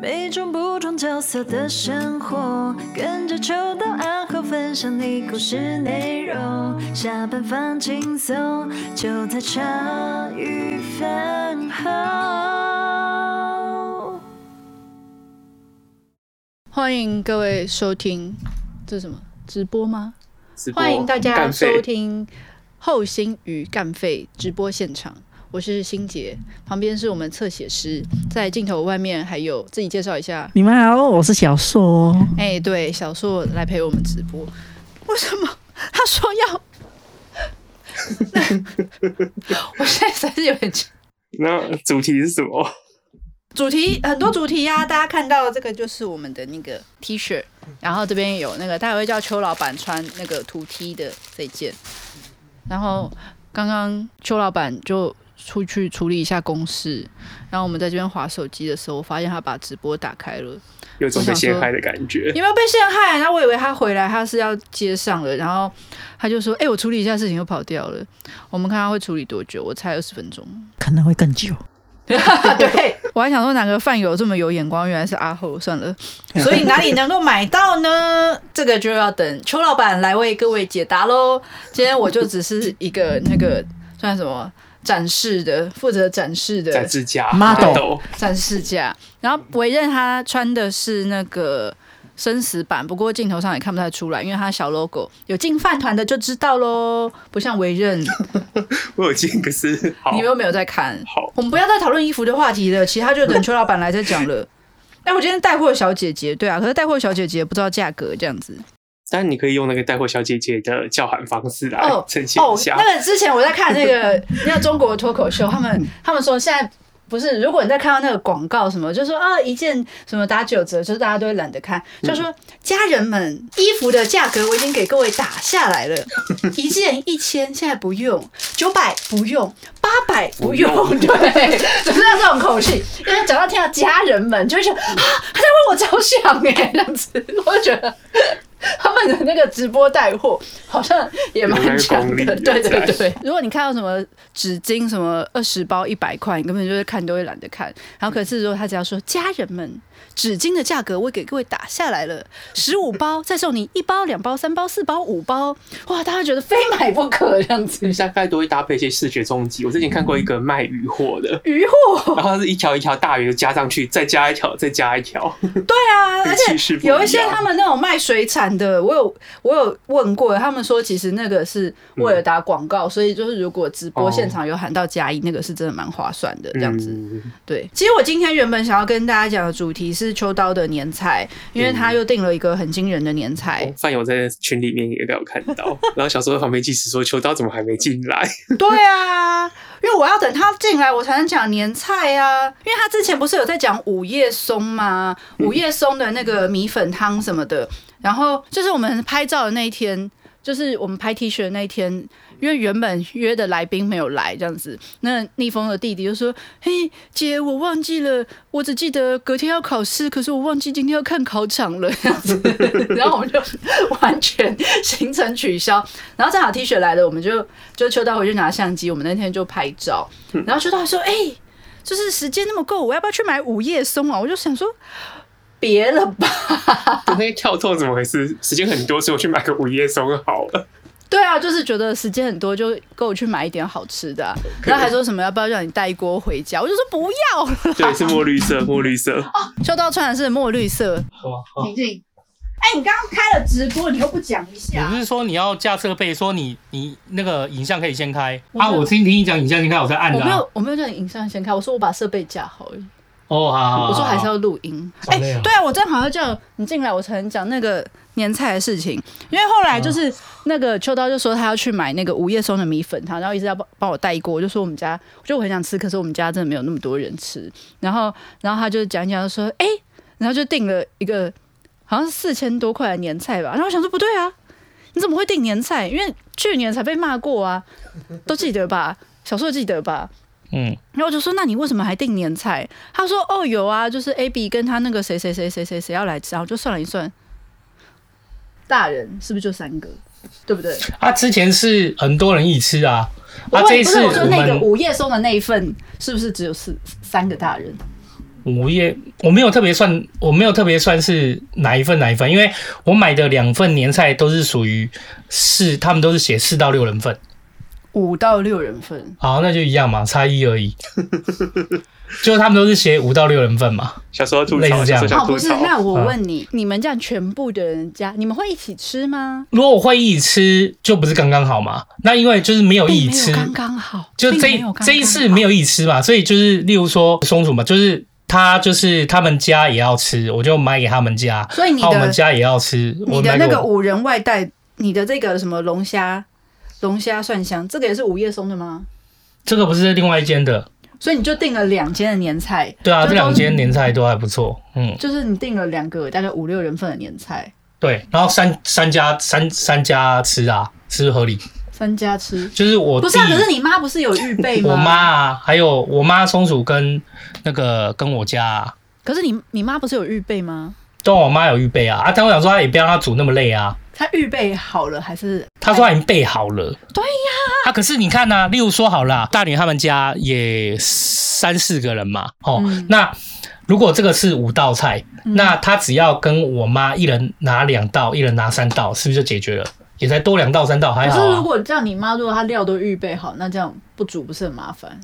每种不同角色的生活，跟着秋到暗号分享你故事内容。下班放轻松，就在茶余饭后。欢迎各位收听，这是什么直播吗？直播欢迎大家干废收听后心与干废直播现场，我是心杰，旁边是我们侧写师，在镜头外面还有自己介绍一下，你们好，我是小哦硕。哎、对，小硕来陪我们直播，为什么他说 要？ 我现在实在是有点那主题是什么？主题很多主题呀、大家看到这个就是我们的那个 T 恤，然后这边有那个待会叫邱老板穿那个土 T 的这件，然后刚刚邱老板就出去处理一下公事，然后我们在这边划手机的时候，我发现他把直播打开了，有种被陷害的感觉有。没有被陷害？然后我以为他回来他是要接上了，然后他就说：“哎、我处理一下事情又跑掉了。”我们看他会处理多久？我猜二十分钟。可能会更久。啊对， 我还想说哪个饭友这么有眼光，原来是阿后，算了。 所以哪里能够买到呢？这个就要等邱老板来为各位解答喽。今天我就只是一个那个算什么展示的，负责展示的展示家 Model 展示架。然后维任他穿的是那个生死版，不过镜头上也看不太出来，因为他小 logo 有进饭团的就知道喽，不像维任，我有见，可是好你们又没有在看。好我们不要再讨论衣服的话题了，其他就等邱老板来再讲了。 哎，我今天带货小姐姐，对啊，可是带货小姐姐不知道价格这样子。但你可以用那个带货小姐姐的叫喊方式来哦呈现哦一，下。那个之前我在看那 个那个中国脱口秀，他嗯们他们说现在。不是，如果你在看到那个广告什么，就说啊一件什么打九折，就是大家都会懒得看，嗯就说、家人们衣服的价格我已经给各位打下 来了，一件一千，现在不用，九百不用，八百不用，不用对，就是要这种口气。因为只要听到家人们，就会觉得啊他在为我着想哎，这样子，我就觉得他们的那个直播带货好像也 蛮强有那的，个功对力对对。如果你看到什么纸巾什么二十包一百块，你根本就是看都会懒得看。然后可是如果他只要说家人们，纸巾的价格我给各位打下来了，十五 包再送你一包、两包、三包、四包、五包，哇，大家觉得非买不可这样 子。大概都会搭配一些视觉冲击。我之前看过一个卖鱼货的，鱼货然后它是一条一条大鱼加上去，再加一条，再加一条。对 啊，而气势且不一样有一些他们那种卖水产的，我有我有问过，他们说其实那个是为了打广告，所以就是如果直播哦现场有喊到加一，那个是真的蛮划算的这样子。嗯对，其实我今天原本想要跟大家讲的主题是秋刀的年菜，因为他又定了一个很惊人的年菜。哦饭友在群里面也有看到，然后小时候旁边计时说秋刀怎么还没进来？对啊，因为我要等他进来，我才能讲年菜啊。因为他之前不是有在讲午夜松吗？午夜松的那个米粉汤什么的，然后就是我们拍照的那一天，就是我们拍 T 恤的那一天，因为原本约的来宾没有来，这样子，那逆风的弟弟就说：“嘿，姐，我忘记了，我只记得隔天要考试，可是我忘记今天要看考场了。”这样子，然后我们就完全行程取消。然后正好 T 恤来了，我们就就秋刀回去拿相机，我们那天就拍照。然后秋刀还说：“哎、就是时间那么够，我要不要去买午夜松啊？”我就想说。别了吧，那个跳脱怎么回事？时间很多，所以我去买个午夜松好了。对啊，就是觉得时间很多，就够去买一点好吃的啊、然后还说什么要不要让你带一锅回家，我就说不要了。对，是墨绿色，墨绿色。秋刀穿的是墨绿色，哇你自己。哎、你刚刚开了直播，你又不讲一你下不？是说你要架设备，说你你那个影像可以先开我没啊？有我听听你讲影像先开，我才按我的、没啊。有，我没有叫你影像先开，我说我把设备架好而已。哦，好好好好，我说还是要录音。好哎、累哦对啊，我正好要叫你进来，我才能讲那个年菜的事情。因为后来嗯就是那个秋刀就说他要去买那个午夜松的米粉汤，然后一直要帮帮我带一锅。我就说我们家，我就我很想吃，可是我们家真的没有那么多人吃。然后，然后他就讲一讲就说，哎、然后就订了一个好像四千多块的年菜吧。然后我想说不对啊，你怎么会订年菜？因为去年才被骂过啊，都记得吧？小时候记得吧？嗯，然后我就说：“那你为什么还订年菜？”他说：“哦，有啊，就是 A B 跟他那个谁谁谁谁谁谁要来吃。”然后我就算了一算，大人是不是就三个？对不对？啊，之前是很多人一起吃啊，啊，不这会一不次是，我我说那个们午夜松的那一份是不是只有四三个大人？午夜我没有特别算，我没有特别算是哪一份哪一份，因为我买的两份年菜都是属于四，他们都是写四到六人份。五到六人份，好，那就一样嘛，差一而 已。就是他们都是写五到六人份嘛。小时候吐类似槽，这小样时候哦，想不吐是，槽。那我啊问你，你们这样全部的人家，你们会一起吃吗？如果我会一起吃，就不是刚刚好嘛？那因为就是没有一并起没有刚吃，刚好，就并这没一有刚这一刚次好没有一起吃嘛，所以就是例如说松鼠嘛，就是他就是他们家也要吃，我就买给他们家，所以你那、我们的家也要吃，你我的买给那个我五人外带，你的这个什么龙虾龙虾蒜香，这个也是午夜松的吗？这个不是另外一间的，所以你就订了两间的年菜，对啊，就这都两间年菜都还不错，嗯，就是你订了两个大概五六人份的年菜，对，然后三三家三三家吃啊，吃合理，三家吃。就是我不弟是啊，可是你妈不是有预备吗？我妈，啊，还有我妈松鼠跟那个跟我家、啊。可是你你妈不是有预备吗？都我妈有预备啊，啊，但我想说，她也不要让她煮那么累啊。她预备好了还是？他说他已经备好了。对呀、啊。可是你看呐、例如说好啦，大女他们家也三四个人嘛，哦，嗯那如果这个是五道菜，嗯那他只要跟我妈一人拿两道，一人拿三道，是不是就解决了？也才多两道三道，还可好、是如啊。果这样，你妈如果她料都预备好，那这样不煮不是很麻烦？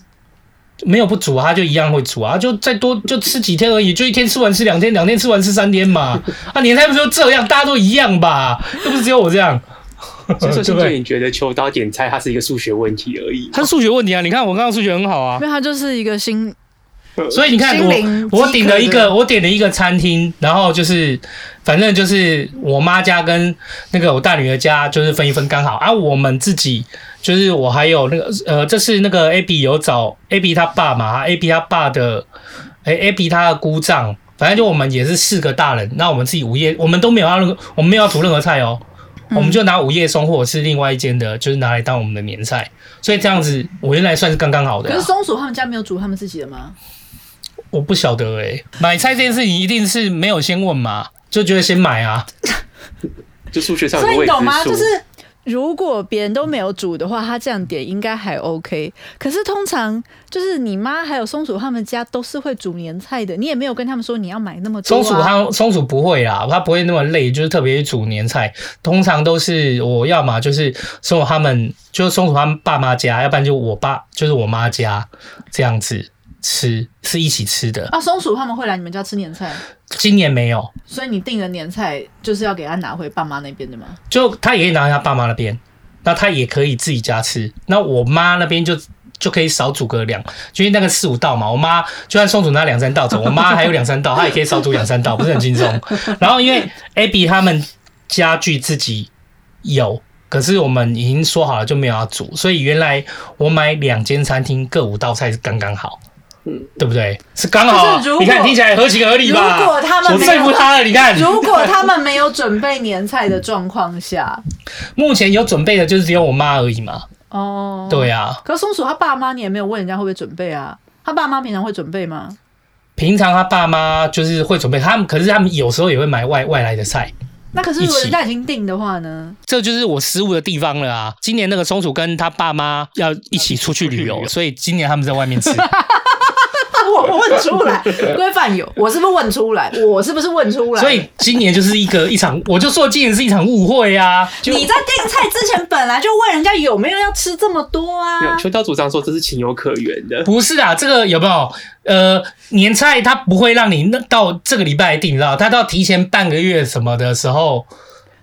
没有不煮啊，他就一样会煮啊，就再多就吃几天而已，就一天吃完吃两天，两天吃完吃三天嘛。啊，年菜不是都这样，大家都一样吧？又不是只有我这样。 所以说，对现不在对？你觉得秋刀点菜它是一个数学问题而已。他是数学问题啊，你看我刚刚数学很好啊因。为她就是一个新所以你看心灵我，我饥点渴了一的个，我点了一个餐厅，然后就是，反正就是我妈家跟那个我大女儿家就是分一分刚好啊。我们自己就是我还有那个呃，这是那个 AB 有找 AB 他爸嘛啊，AB 他爸的，哎、a b 他的姑丈，反正就我们也是四个大人，那我们自己午夜我们都没有要任何，我们没有要煮任何菜哦。嗯我们就拿午夜松或者是另外一间的，就是拿来当我们的年菜，所以这样子我原来算是刚刚好的、啊。可是松鼠他们家没有煮他们自己的吗？我不晓得哎、买菜这件事情一定是没有先问嘛，就觉得先买啊。就数学上所有个以未你知懂吗？数，就是如果别人都没有煮的话，他这样点应该还 OK。可是通常就是你妈还有松鼠他们家都是会煮年菜的，你也没有跟他们说你要买那么多、啊。松鼠它松鼠不会啦，它不会那么累，就是特别煮年菜，通常都是我要嘛就是松鼠他们，就是松鼠他们爸妈家，要不然就我爸就是我妈家这样子吃，是一起吃的。啊，松鼠他们会来你们家吃年菜，今年没有，所以你订了年菜就是要给他拿回爸妈那边的吗？就他也可以拿他爸妈那边，那他也可以自己家吃。那我妈那边就就可以少煮个两，就因为那个四五道嘛。我妈就算松鼠拿两三道走，我妈还有两三道，她也可以少煮两三道，不是很 轻松。然后因为 Abby 他们家具自己有。可是我们已经说好了就没有要煮，所以原来我买两间餐厅各五道菜是刚刚好，嗯，对不对？是刚好啊可是如，果你看听起来合情合理吧？如果他们我没有说服他了，你看，如果他们没有准备年菜的状况下， 目前有准备的就是只有我妈而已嘛，哦，对。啊，可是松鼠他爸妈你也没有问人家会不会准备啊？他爸妈平常会准备吗？平常他爸妈就是会准备，他们可是他们有时候也会买外外来的菜，那可是如果一起人家已经订的话呢？这就是我失误的地方了啊！今年那个松鼠跟他爸妈要一起出去旅游，所以今年他们在外面 吃。我问出 来，规范有，我是不是问出来？我是不是问出来？所以今年就是一个一场，我就说今年是一场误会啊！就你在订菜之前本来就问人家有没有要吃这么多没有啊？秋刀主张说这是情有可原的。不是啊，这个有没有？呃，年菜它不会让你那到这个礼拜订，你知道，它到提前半个月什么的时候，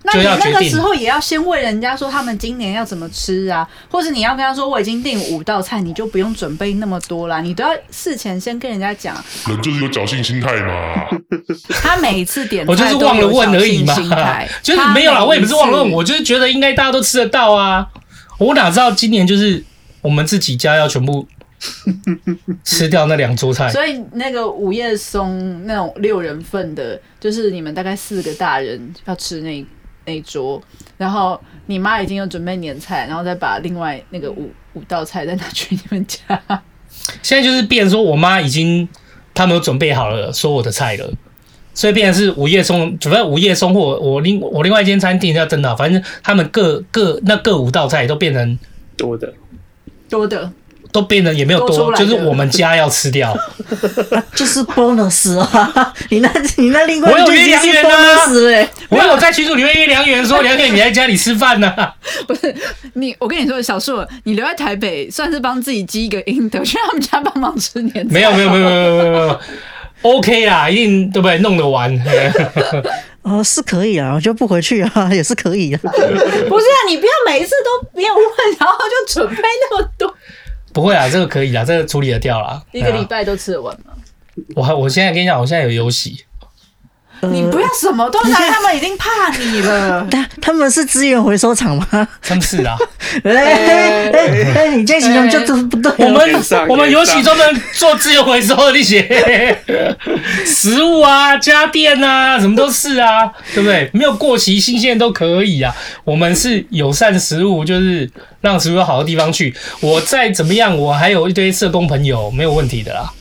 那就你要那决个定时候也要先问人家说他们今年要怎么吃啊，或者你要跟他说我已经订五道菜，你就不用准备那么多啦，你都要事前先跟人家讲。人就是有侥幸心态嘛。 他每一次点菜我就是忘了问而已嘛都有侥幸心态， 就是没有啦，他每一次我也不是忘了问，我就是觉得应该大家都吃得到啊。我哪知道今年就是我们自己家要全部吃掉那两桌菜，所以那个午夜松那种六人份的，就是你们大概四个大人要吃那那一桌，然后你妈已经有准备年菜，然后再把另外那个五五道菜再拿去你们家。现在就是变成说我妈已经他们有准备好了所有的菜了。所以变成是午夜松，主要午夜松或我另我另外一间餐厅叫真的，反正他们各各那各五道菜都变成多的，多的，都变得也没有多出多，来就的是我们家要 吃掉。就是 bonus 啊！ 你那你那另外我有就已约经是良缘啊 bonus 欸嘞、我有在群组里面约梁元 说，梁元你在家里吃饭呢、你我跟你说，小树，你留在台北算是帮自己积一个阴德，去他们家帮忙吃年菜。没有没有没有没有没有没有，OK 啦，一定对不对？弄得完。 哦，是可以啊，我就不回去啊， 也是可以啊。。不是啊，你不要每一次都没有问，然后就准备那么多，不会啦，啊这个可以啦，这个处理得掉啦。一个对啊啊礼，拜都吃得完吗？我还我现在跟你讲，我现在有游戏，你不要什么都拿，他们已经怕你了 但他们是资源回收厂 吗？真是啊啦，哎哎哎哎，你这形容就真不对我哦。们延上我们游延戏上专门做资源回收的 那些食物啊、家电啊，什么都是啊，对不对？没有过期、新鲜都可以啊。我们是友善食物，就是让食物有好的地方去。我再怎么样，我还有一堆社工朋友，没有问题的啦。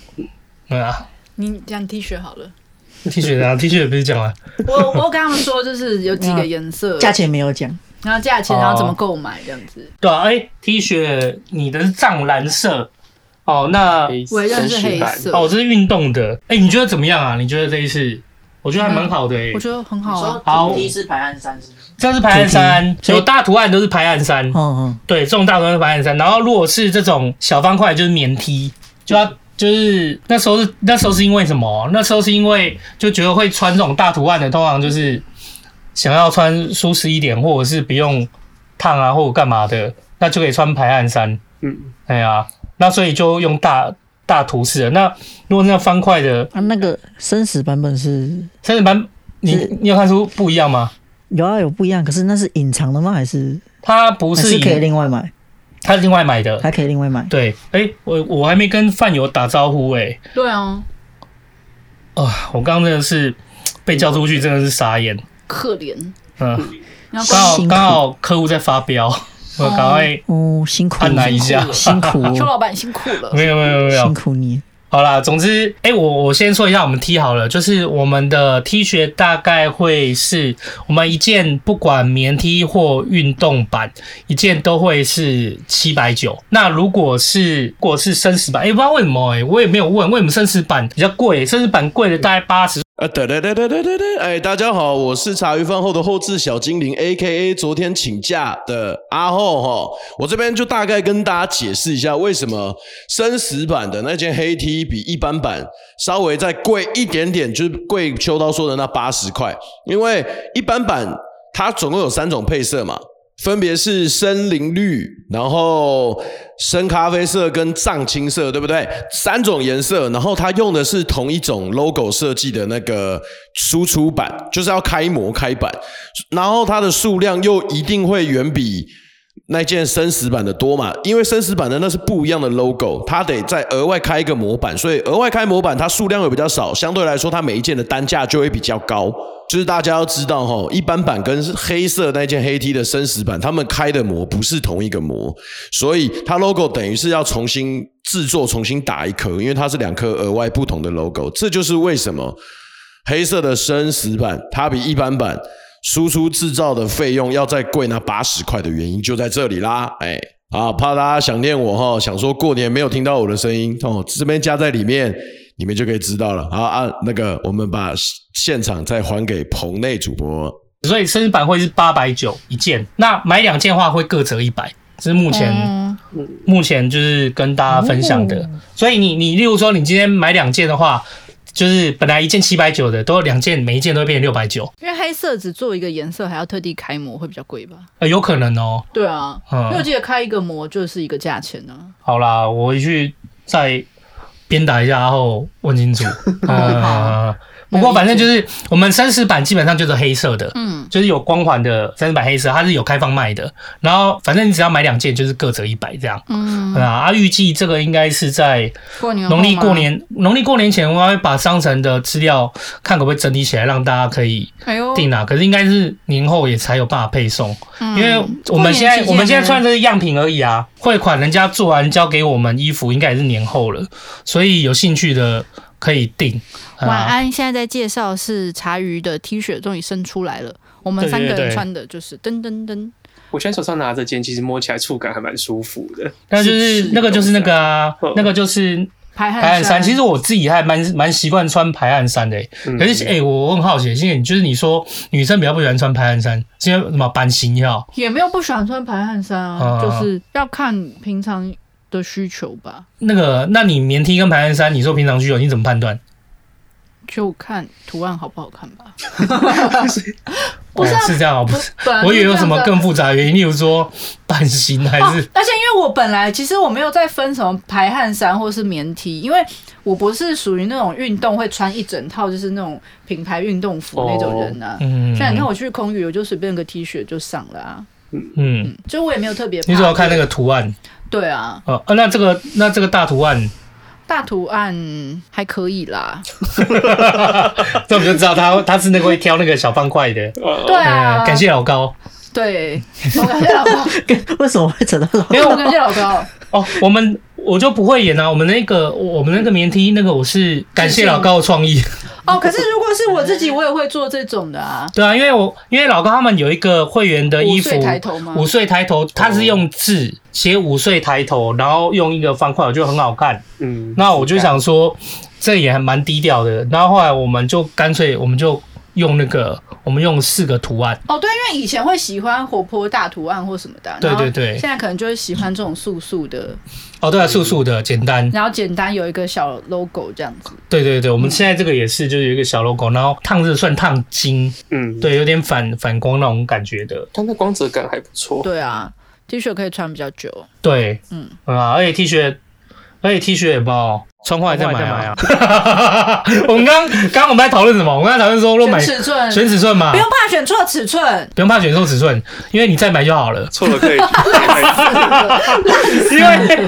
嗯啊 你讲 T 恤好了， ，T 恤啊，T 恤也不是讲了，我我跟他们说，就是有几个颜色，价钱没有讲，然后价钱，哦然后怎么购买这样子。对啊，哎、t 恤你的是藏蓝色哦，那啊我认识黑版，色，哦，这是运动的。哎、你觉得怎么样啊？你觉得这一次？我觉得还蛮好的、欸，嗯我觉得很好啊。好说主题是排案三是不是这是排汗衫，所以有大图案都是排汗衫，哦哦，对，这种大图案是排汗衫。然后如果是这种小方块，就是棉 T，就要就是那时候是那时候是因为什么？那时候是因为就觉得会穿这种大图案的，通常就是想要穿舒适一点，或者是不用烫啊，或者干嘛的，那就可以穿排汗衫。嗯，哎呀、那所以就用大大图式的。那如果那方块的啊，那个生死版本是三十版，你是你有看出不一样吗？有啊有不一样，可是那是隐藏的吗？还是它不还是是可以以，另外买？它是另外买的，还可以另外买？对，哎、我我还没跟饭友打招呼哎、对啊，啊、我刚刚真 的是被叫出去，真的是傻眼。可怜。嗯，然后刚好辛苦刚好客户在发飙，我赶快哦，辛苦按，捺一下。啊辛苦邱哦，老板辛苦了，没有没有没有辛，苦你。好啦，总之，哎、我我先说一下我们 T 好了，就是我们的 T 恤大概会是我们一件不管棉 T 或运动版，一件都会是七百九。那如果是如果是生死版，哎、不知道为什么哎、诶我也没有问为什么生死版比较贵，生死版贵了大概八十啊哒哒哒哒哒哒哒！哎，大家好，我是茶余饭后的后置小精灵，A K A 昨天请假的阿后哈。我这边就大概跟大家解释一下，为什么生死版的那件黑 T 比一般版稍微再贵一点点，就是贵秋刀说的那八十块，因为一般版它总共有三种配色嘛。分别是深林绿，然后深咖啡色跟藏青色，对不对？三种颜色，然后它用的是同一种 logo 设计的那个输出版，就是要开模开版，然后它的数量又一定会远比那件生死版的多嘛，因为生死版的那是不一样的 logo，它得再额外开一个模板，所以额外开模板它数量会比较少，相对来说它每一件的单价就会比较高。就是大家要知道哈，一般版跟黑色那件黑 T 的生死版，他们开的模不是同一个模，所以它 logo 等于是要重新制作、重新打一颗，因为它是两颗额外不同的 logo。这就是为什么黑色的生死版，它比一般版输出制造的费用要再贵那八十块的原因就在这里啦，哎。啊，怕大家想念我哈，想说过年没有听到我的声音哦，这边加在里面，你们就可以知道了。好啊，那个我们把现场再还给棚内主播。所以生日版会是八百九一件，那买两件的话会各折一百，这是目前、嗯目前就是跟大家分享的。所以你你例如说你今天买两件的话，就是本来一件七百九的，都有两件每一件都会变成六百九，因为黑色只做一个颜色，还要特地开模，会比较贵吧？呃，有可能哦。对啊，嗯因为我记得开一个模就是一个价钱呢。好啦，我回去再鞭打一下，然后问 清楚。呃，不过反正就是我们三十版基本上就是黑色的，嗯，就是有光环的三十版黑色，它是有开放卖的。然后反正你只要买两件，就是各折一百这样。嗯啊，啊，预计这个应该是在过年后农历吗过，年，农历过年前，我会把商城的资料看可不可以整理起来，让大家可以哎呦，订啊。可是应该是年后也才有办法配送，因为我们现在嗯过年期间呢我们现在穿的是样品而已啊，汇款人家做完交给我们衣服，应该也是年后了，所以有兴趣的可以订。啊晚安，现在在介绍是茶余的 T 恤终于生出来了，我们对三个对人对穿的就是噔噔噔，我现在手上拿着煎，其实摸起来触感还蛮舒服的。但就是那个就是那个啊嗯，那个就是排排汗汗衫。其实我自己还蛮蛮习惯穿排汗衫的、欸嗯可是哎、欸我很好奇，现在就是你说女生比较不喜欢穿排汗衫，是因为什么版型要？也没有不喜欢穿排汗衫啊，啊就是要看平常的需求吧，那个，那你棉 T 跟排汗衫，你说平常需求，你怎么判断？就看图案好不好看吧。不是啊是这样啊，不是，本来就我以为有什么这样子啊更复杂的原因，例如说版型还哦是，而且因为我本来其实我没有在分什么排汗衫或是棉 T，因为我不是属于那种运动会穿一整套就是那种品牌运动服那种人啊。嗯，像你看我去空余，我就随便个 T 恤就上了啊，嗯，就我也没有特别怕。你主要看那个图案对啊，哦、啊那这个那这个大 图案，大图案还可以啦。这我们就知道他他是那个会挑那个小方块的。对啊，嗯感谢老高对，我感谢老高，为什么会扯到老没有我感谢老高。哦，我们我就不会演啊，我们那个我我们那个棉 T 那个我是感谢老高的创意， 哦，可是如果是我自己，我也会做这种的啊。对啊，因为我因为老高他们有一个会员的衣服五岁抬头吗五岁抬头，他是用字写五岁抬头，然后用一个方块，我觉得很好看。嗯，那我就想说，这也还蛮低调的。然后后来我们就干脆我们就用那个，我们用四个图案，哦，对，因为以前会喜欢活泼大图案或什么的啊，对然后对对现在可能就是喜欢这种素素的，哦，对啊，素素的简单， 然后简单有一个小 logo 这样子。对对对，我们嗯现在这个也是，就是有一个小 logo，然后烫是算烫金，嗯，对，有点反反光那种感觉的，它的光泽感还不错。对啊，T 恤可以穿比较久。对，嗯嗯啊，而且 T 恤，而且 T 恤也不好。穿坏再买啊！ 我们刚刚刚我们在讨论什么？我们刚才讨论说，若买选尺寸选尺寸嘛不，用怕选错尺寸，不用怕选错尺寸，因为你再买就好了。错了可以， 因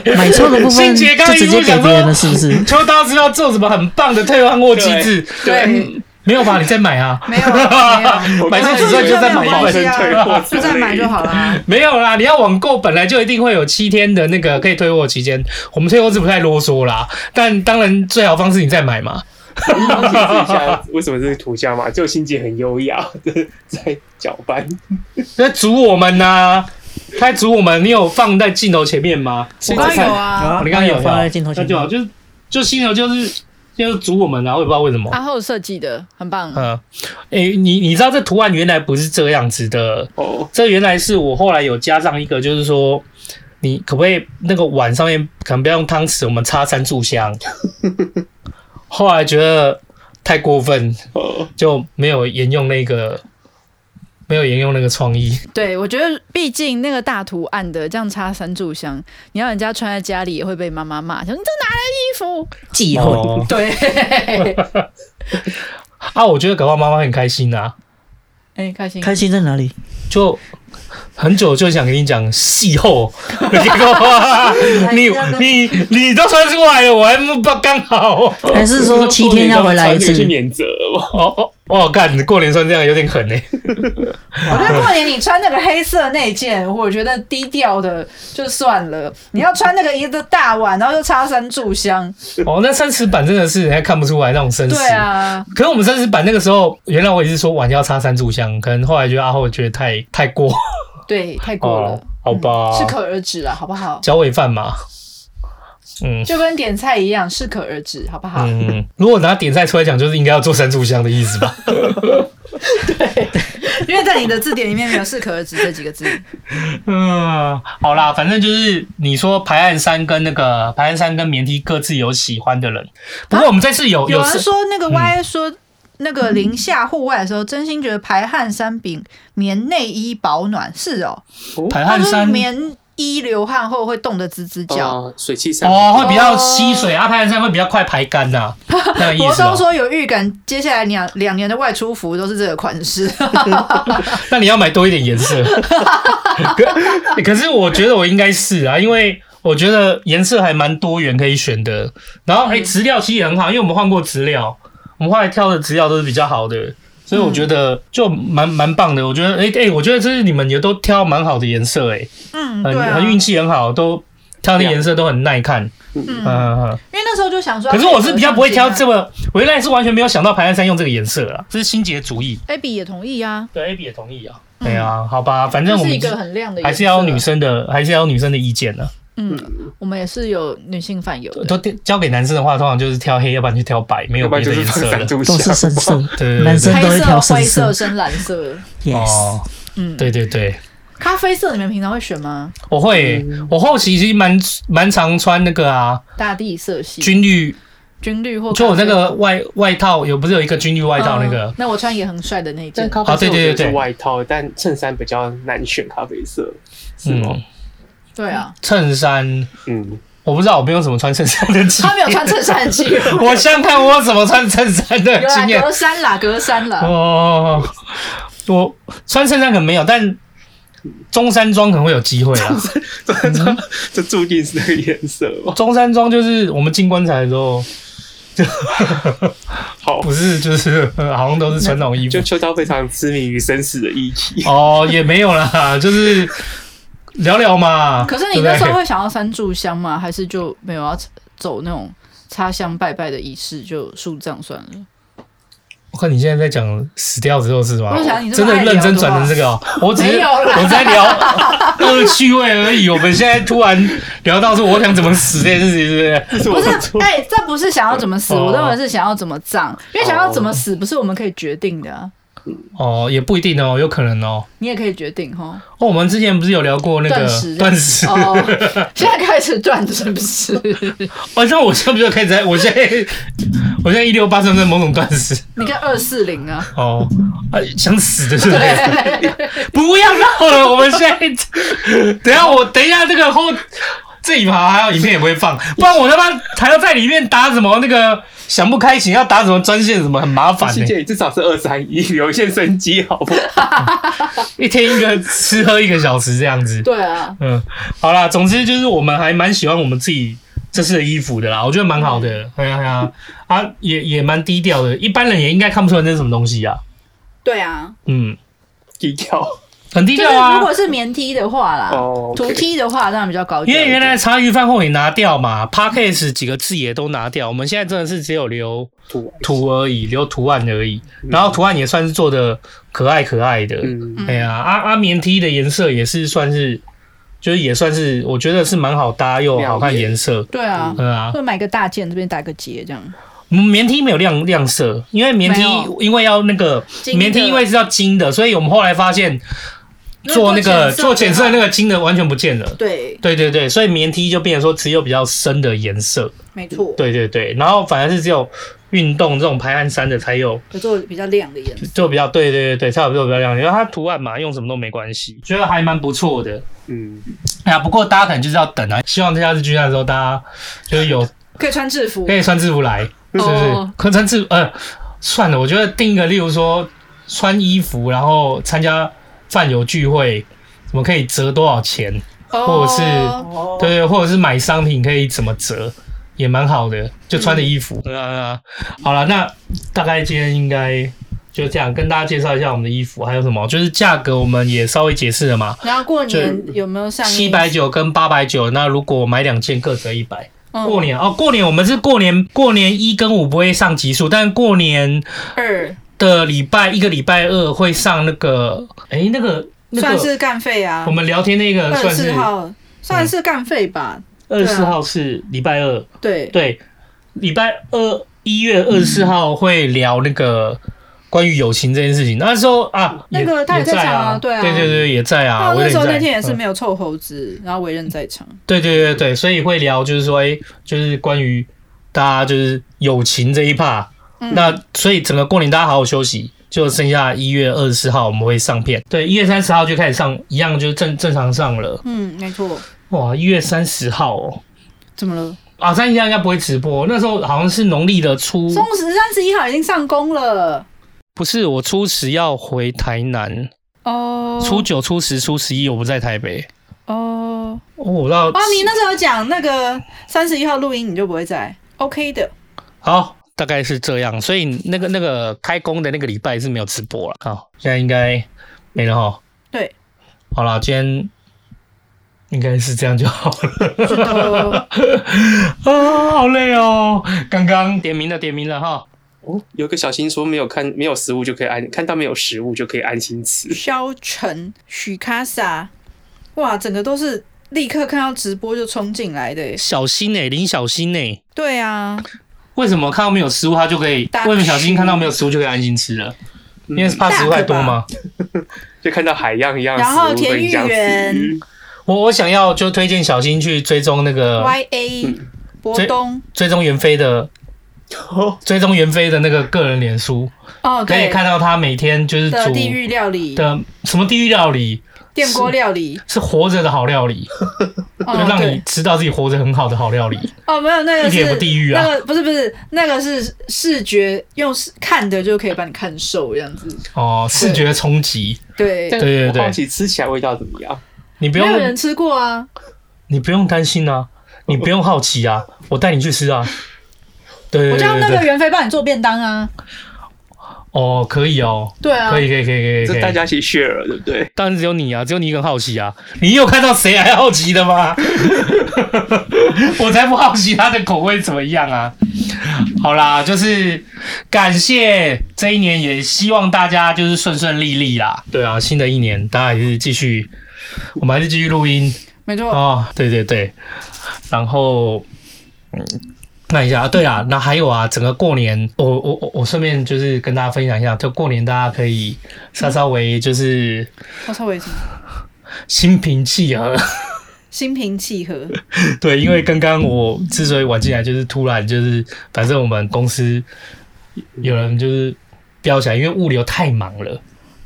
为 买错的部心分杰就刚刚一直路接给想别人了，是说，不是？秋刀知道做什么很棒的退换货机制，对，没有吧？你再买啊，没有 没有，买错尺寸就再买一就份是，退货之就类再买就好啦。 没有啦。你要网购本来就一定会有七天的那个可以退货期间，我们退货是不太啰嗦啦，但当然最好方式你再买嘛。我解释一下为什么是涂家嘛，就心姐很优雅 的在搅拌，在煮我们呐、他在煮我们，你有放在镜头前面吗？我刚刚有啊，哦你刚刚有放在镜头前那就好，面，就是就心头就是就是煮我们啊，我也不知道为什么。阿后设计的很棒，嗯，诶、你你知道这图案原来不是这样子的，哦，这原来是我后来有加上一个，就是说你可不可以那个碗上面可能不要用汤匙，我们插三炷香。后来觉得太过分，哦，就没有沿用那个，没有沿用那个创意。对我觉得毕竟那个大图案的这样插三炷香，你要人家穿在家里也会被妈妈骂，说你这哪来的衣服？忌讳。哦对，啊，我觉得搞不好妈妈很开心啊， 哎、开心，开心在哪里？就很久就想跟你讲 戏后，结果你你你都穿出来了，我还不刚好。还是说七天要回来一次去？免责吧。 哦哦哦，干！你过年穿这样有点狠呢、欸我觉得过年你穿那个黑色那件，我觉得低调的就算了，你要穿那个一个大碗，然后又插三炷香，哦，那三十版真的是人家看不出来那种绅士。对。啊，可是我们三十版那个时候，原来我也是说碗要插三炷香，可能后来觉得阿后觉得太太过对，太过了，哦好吧，适可而止了，好不好？脚尾饭嘛。嗯就跟点菜一样，适可而止，好不好？嗯，如果拿点菜出来讲，就是应该要做三炷香的意思吧。因为在你的字典里面没有“适可而止”这几个 字。嗯，好啦，反正就是你说排汗衫跟那个排汗衫跟棉 T 各自有喜欢的人，不过我们这次有、啊有是人说那个 Y 说嗯那个零下户外的时候，真心觉得排汗衫比棉内衣保暖。是哦，排他汗说衫棉衣流汗后会冻得吱吱叫。哦，水汽散哦会比较吸水，啊，排汗衫会比较快排干 呐、那个意国思、中哦。说有预感，接下来两两年的外出服都是这个款式。 那你要买多一点颜色。可可是我觉得我应该是啊，因为我觉得颜色还蛮多元可以选的。然嗯后哎，质、料其实也很好，因为我们换过质料，我们后来挑的质料都是比较好的。所以我觉得就蛮蛮棒的，我觉得哎哎、我觉得这是你们也都挑蛮好的颜色哎、嗯，很对啊，很运气很好，都挑的颜色都很耐看。嗯嗯，嗯嗯。因为那时候就想说，哎可是我是比较不会挑这么。么，我原来是完全没有想到排汗衫用这个颜色啊，这是心杰主意。 Abby 也同意啊，啊对，A B 也同意啊。对啊，好吧，反嗯正这我是们一个很亮的颜色，啊嗯还是要有女生的，还是要有女生的意见呢。我们也是有女性泛友的，都交给男生的话，通常就是挑黑，要不然就挑白，没有要不别然就的是颜放色闪了。住都是深色香，对对对男生都黑会色、挑深灰色、色深蓝色。 ，yes，哦，嗯对对对，咖啡色你们平常会选吗？我会，嗯我后期其实蛮蛮常穿那个啊，大地色系、军绿，军绿或就我那咖啡个外外套有不是有一个军绿外套那个嗯，那我穿也很帅的那一但件。咖啡色哦对我觉对对得是对外套，但衬衫比较难选咖啡色，是哦吗？嗯对啊，衬衫，嗯，我不知道我没有什么穿衬衫的经他没有穿衬衫的经验， 验，我想看我有什么穿衬衫的有啦经验格栅啦，格栅啦，哦，我穿衬衫可能没有，但中山装可能会有机会啊啦。这 这注定是那个颜色哦。中山装就是我们进棺材的时候， 好，不是就是呃好像都是穿那种衣服就秋刀非常痴迷于生死的议题，哦，也没有啦，就是聊聊嘛。可是你那时候对不对会想要三炷香吗？还是就没有要走那种插香拜拜的仪式，就树葬算了？我看你现在在讲死掉之后是吧？我想你这真么的爱聊的话认真转成这个哦、我只是没有啦我在聊恶趣味而已。我们现在突然聊到说我想怎么死这件事情，是不是？这是我不是的错，。哎，这不是想要怎么死，哦我认为是想要怎么葬，因为想要怎么死不是我们可以决定的啊，哦，也不一定哦，有可能哦。你也可以决定哈。哦，我们之前不是有聊过那个断食断食？哦，现在开始断是不是？晚上我现在不就开始在，我现在我现在一六八算不算某种断食？ 你看二四零啊，哦，啊，想死的是不是？ 不要闹了，我们现在等一下我等一下这个后这一趴还有影片也不会放，不然我他妈还要在里面打什么那个想不开心要打什么专线什么很麻烦欸谢呢、谢你至少是二三一，有一线生机，好 不好？一天一个吃喝一个小时这样子。对啊，嗯，好啦，总之就是我们还蛮喜欢我们自己这次的衣服的啦，我觉得蛮好的，哎呀哎呀，啊也也蛮低调的，一般人也应该看不出来那是什么东西啊，对啊，嗯，低调很低就调是如啊果，是棉 T 的话啦，哦，图 T 的话当然比较高级，啊因为原来茶余饭后也拿掉嘛 p a c k a g e 几个字也都拿掉，我们现在真的是只有留土图而已，留图案而已，然后图案也算是做的可爱可爱的，嗯，哎呀，阿阿棉 T 的颜色也是算是，就是也算是我觉得是蛮好搭又好看亮眼颜色，对啊，嗯啊。会买个大件，这边打个结这样。棉 T 没有亮亮色，因为棉 T 没有因为要那个金的棉 T 因为是要金的，所以我们后来发现做那个做浅色的那个金的完全不见了。对，对对对，所以棉 T 就变成说只有比较深的颜色。没错，对对对，然后反而是只有运动这种排汗衫的才有就做比较亮的颜色。就比较对对对对，差不多比较亮，因为它图案嘛，用什么都没关系，觉得还蛮不错的。嗯，哎呀，不过大家可能就是要等啊，希望这下次聚餐的时候，大家就是有可以穿制服可，以穿制服来，是不是哦？可穿制服呃，算了，我觉得定一个，例如说穿衣服，然后参加饭友聚会，怎么可以折多少钱？或者是哦对，或者是买商品可以怎么折，也蛮好的，就穿的衣服。嗯、啊好了，那大概今天应该。就这样跟大家介绍一下我们的衣服，还有什么就是价格，我们也稍微解释了嘛，然后过年有没有上七百九跟八百九。那如果买两件各折一百，过年年哦，过年我们是过年，过年一跟五不会上集数，但过年二的礼拜一个礼拜二会上那个，哎、那个那算个是干费啊我？们聊天那个二十算是四号算是干费吧？二十四号是礼拜二，对，对，礼拜二一月二十四嗯号会聊那个关于友情这件事情。那时候啊，那也个他也也在在场啊，啊对啊对对对，也在啊。那我那时候也在那天也是嗯没有臭猴子，然后委任在场，对对对对，所以会聊就是说，哎、就是关于大家就是友情这一趴、嗯那所以整个过年大家好好休息，就剩下一月二十四号我们会上片，对，一月三十号就开始上，一样就是正正常上了。嗯，没错。哇，一月三十号哦，怎么了？啊，三十一号应该不会直播，那时候好像是农历的初，松十三十一号已经上工了不是我初十要回台南，哦初九、初十、初十一我不在台北，哦哦我到哦，你那时候有讲那个三十一号录音，你就不会在，OK 的。好，大概是这样。所以那个那个开工的那个礼拜是没有直播了。好，现在应该没了哈。对，好啦，今天应该是这样就好 了。是的啊，好累哦。刚刚点名了，点名了哈。哦，有个小新说没有看没有食物就可以安，看到没有食物就可以安心吃。萧晨、许卡萨，哇，整个都是立刻看到直播就冲进来的耶。小心哎、林小心哎、对啊，为什么看到没有食物他就可以大？为什么小新看到没有食物就可以安心吃了？因为怕食物太多吗？就看到海洋一样，然后食物跟田你这样芋圆吃我我想要就推荐小新去追踪那个 Y A 博东追踪袁飞的，哦追踪袁飞的那个个人脸书，哦，可以对，看到他每天就是的煮地狱料理、的什么地狱料理，电锅料理，是活着的好料理，哦就，让你对，吃到自己活着很好的好料理，哦，没有那一个点也是不地狱啊那！个不是不是，那个是视觉，用视看的就可以把你看瘦这样子。哦，视觉冲击，对，但对对对我好奇吃起来味道怎么样？你不没有用人吃过啊。你不用担心啊，你不用好奇啊，我带你去吃啊。对我对叫对那对个对，袁飞帮你做便当啊。哦，可以哦，对啊，可以可以可以可这以，大家一起 share，对不对？当然只有你啊，只有你一个人好奇啊！你有看到谁还好奇的吗？ 我才不好奇他的口味怎么样啊！好啦，就是感谢这一年，也希望大家就是顺顺利利啦。对啊，新的一年大家还是继续，我们还是继续录音没错。哦。对对对，然后嗯，看一下啊，对啊，那还有啊，整个过年，我我我我顺便就是跟大家分享一下，就过年大家可以稍稍微就是。我稍微什么心平气和。 心平气和，对，因为刚刚我之所以晚进来，就是突然就是，反正我们公司有人就是飙起来，因为物流太忙了。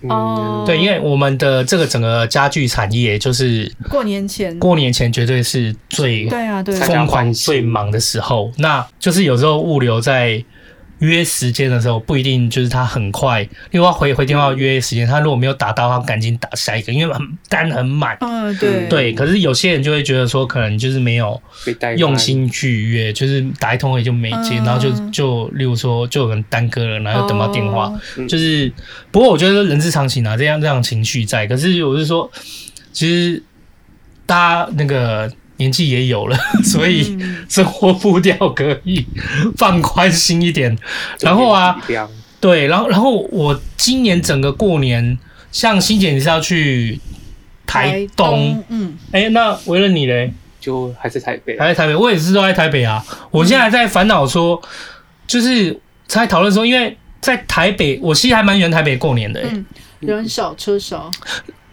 哦嗯对，因为我们的这个整个家具产业，就是哦过年前。过年前绝对是最对啊，对啊，疯狂、最忙的时候。那就是有时候物流在。约时间的时候不一定就是他很快，因为他回回电话约时间，他如果没有打到，他赶紧打下一个，因为很单很满。嗯，对，对，可是有些人就会觉得说，可能就是没有被带坏用，心去约，就是打一通也就没接，嗯然后就就例如说就有人耽搁了，然后又等不到电话，哦就是不过我觉得人之常情啊，这样这样情绪在。可是我是说，其实大家那个年纪也有了， 所以生活步调可以放宽心一点。然后啊，这样对，然后然后我今年整个过年，像欣姐你是要去台东，，嗯，哎、那为了你嘞？就还是台北，啊还在台北，我也是都在台北啊。我现在还在烦恼说，就是在讨论说，因为在台北，我其实还蛮喜欢台北过年的、欸嗯人少车少，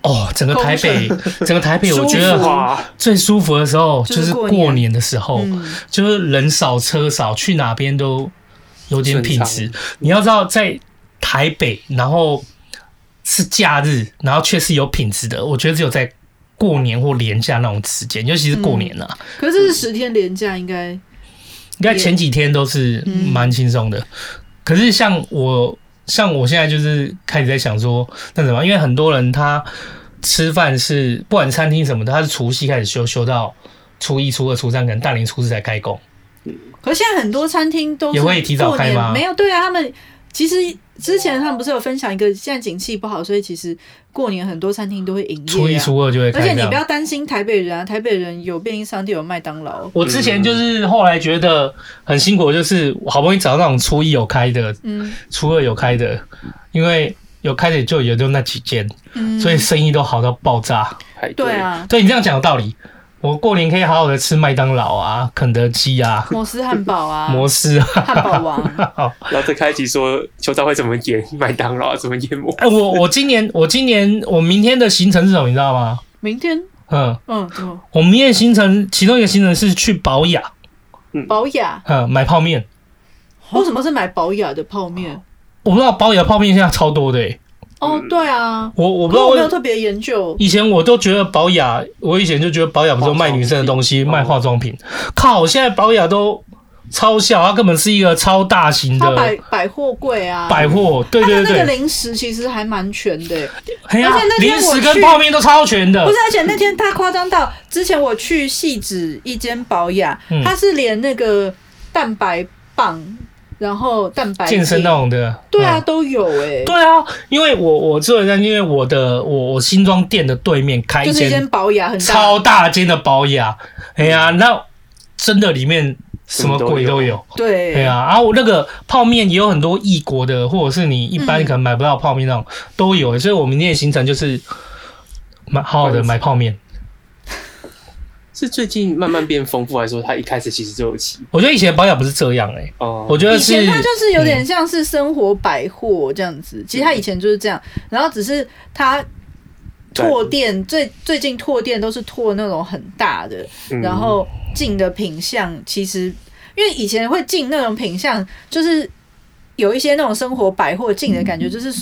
哦，整个台北，整 个台北，我觉舒服得哇，最舒服的时候就就是是过过年年的时候，嗯，就是人少车少，去哪边都有点品质顺。你要知道，在台北，然后是假日，然后却是有品质的，我觉得只有在。过年或年假那种时间，尤其是嗯过年啊，可是这是十天连假，应该应该前几天都是嗯蛮轻松的。可是像我，像我现在就是开始在想说，那怎么办？因为很多人他吃饭是不管餐厅什么的，他是除夕开始休，休到初一、初二、初三，可能大年初四才开工。可是现在很多餐厅都是也会提早过开年吗没有，对啊，他们其实之前他们不是有分享一个，现在景气不好，所以其实过年很多餐厅都会营业、啊。初一、初二就会而开且这你样不要担心台北人啊，台北人有便利商店，有麦当劳。我之前就是后来觉得很辛苦，就是好不容易找到那种初一有开的，嗯初二有开的，因为有开的就也就那几间，嗯，所以生意都好到爆炸。排队对，啊，对你这样讲有道理。我过年可以好好的吃麦当劳啊、肯德基啊、摩斯汉堡啊， 摩斯啊。汉堡王，然后再开启说秋招会怎么演麦当劳，怎么淹没，哎，我我今年我今年我明天的行程是什么？你知道吗？明天嗯，嗯，怎么我明天的行程其中一个行程是去保雅，保雅？嗯，买泡面。为什么是买保雅的泡面？我不知道保雅泡面现在超多的、欸，哦，对啊，我我可是不知道我没有为。特别研究。以前我都觉得保雅，我以前就觉得保雅不是卖女生的东哦西，化妆品卖化妆品。靠，现在保雅都超小，它根本是一个超大型它百的百货柜啊，百货。对它的对那个对，零食其实还蛮全的欸。嘿啊而且那天零食我跟去泡面都超全的。不是，而且那天他夸张到，之前我去细致一间保养，嗯他是连那个蛋白棒，然后蛋白健身饮那种的，对啊，嗯都有哎、对啊，因为我我之前在，因为我的我我新庄店的对面啊开一就是一间间保养很大，超大间的保雅，哎呀，那真的里面什么鬼都有。对对，啊，然后那个泡面也有很多异国的，或者是你一般嗯可能买不到泡面那种、都有，欸所以我明天的行程就是买好好的买泡面。是最近慢慢变丰富，还是说它一开始其实就有起？我觉得以前的保养不是这样哎、哦，我觉得以是前他就是有点嗯像是生活百货这样子，其实他以前就是这样，然后只是他拓店最最近拓店都是拓那种很大的，嗯然后进的品相其实因为以前会进那种品相，就是有一些那种生活百货进的感觉，就是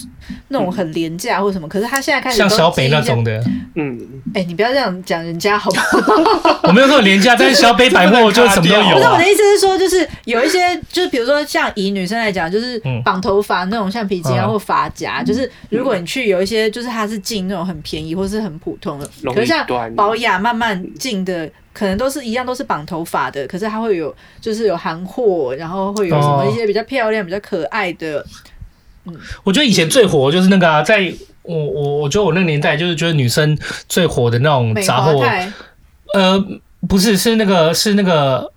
那种很廉价或什么，可是他现在开始嗯像都小北进一那些种，的，嗯，哎、你不要这样讲人家好不 好？我没有说 廉价，但是小北百货就什么都不有是我啊的。意思是说，就是有一些，就是比如说像以女生来讲，就是嗯绑头发那种橡皮筋啊嗯或发夹，就是如果你去有一些，就是它是进那种很便宜或是很普通的，容易可是像断保雅慢慢进的。可能都是一样，都是绑头发的，可是它会有，就是有韩货，然后会有什么哦一些比较漂亮、比较可爱的，我觉得以前最火就是那个啊，在我我我觉得我那个年代就是觉得女生最火的那种美杂华货，泰、呃，不是是那个是那个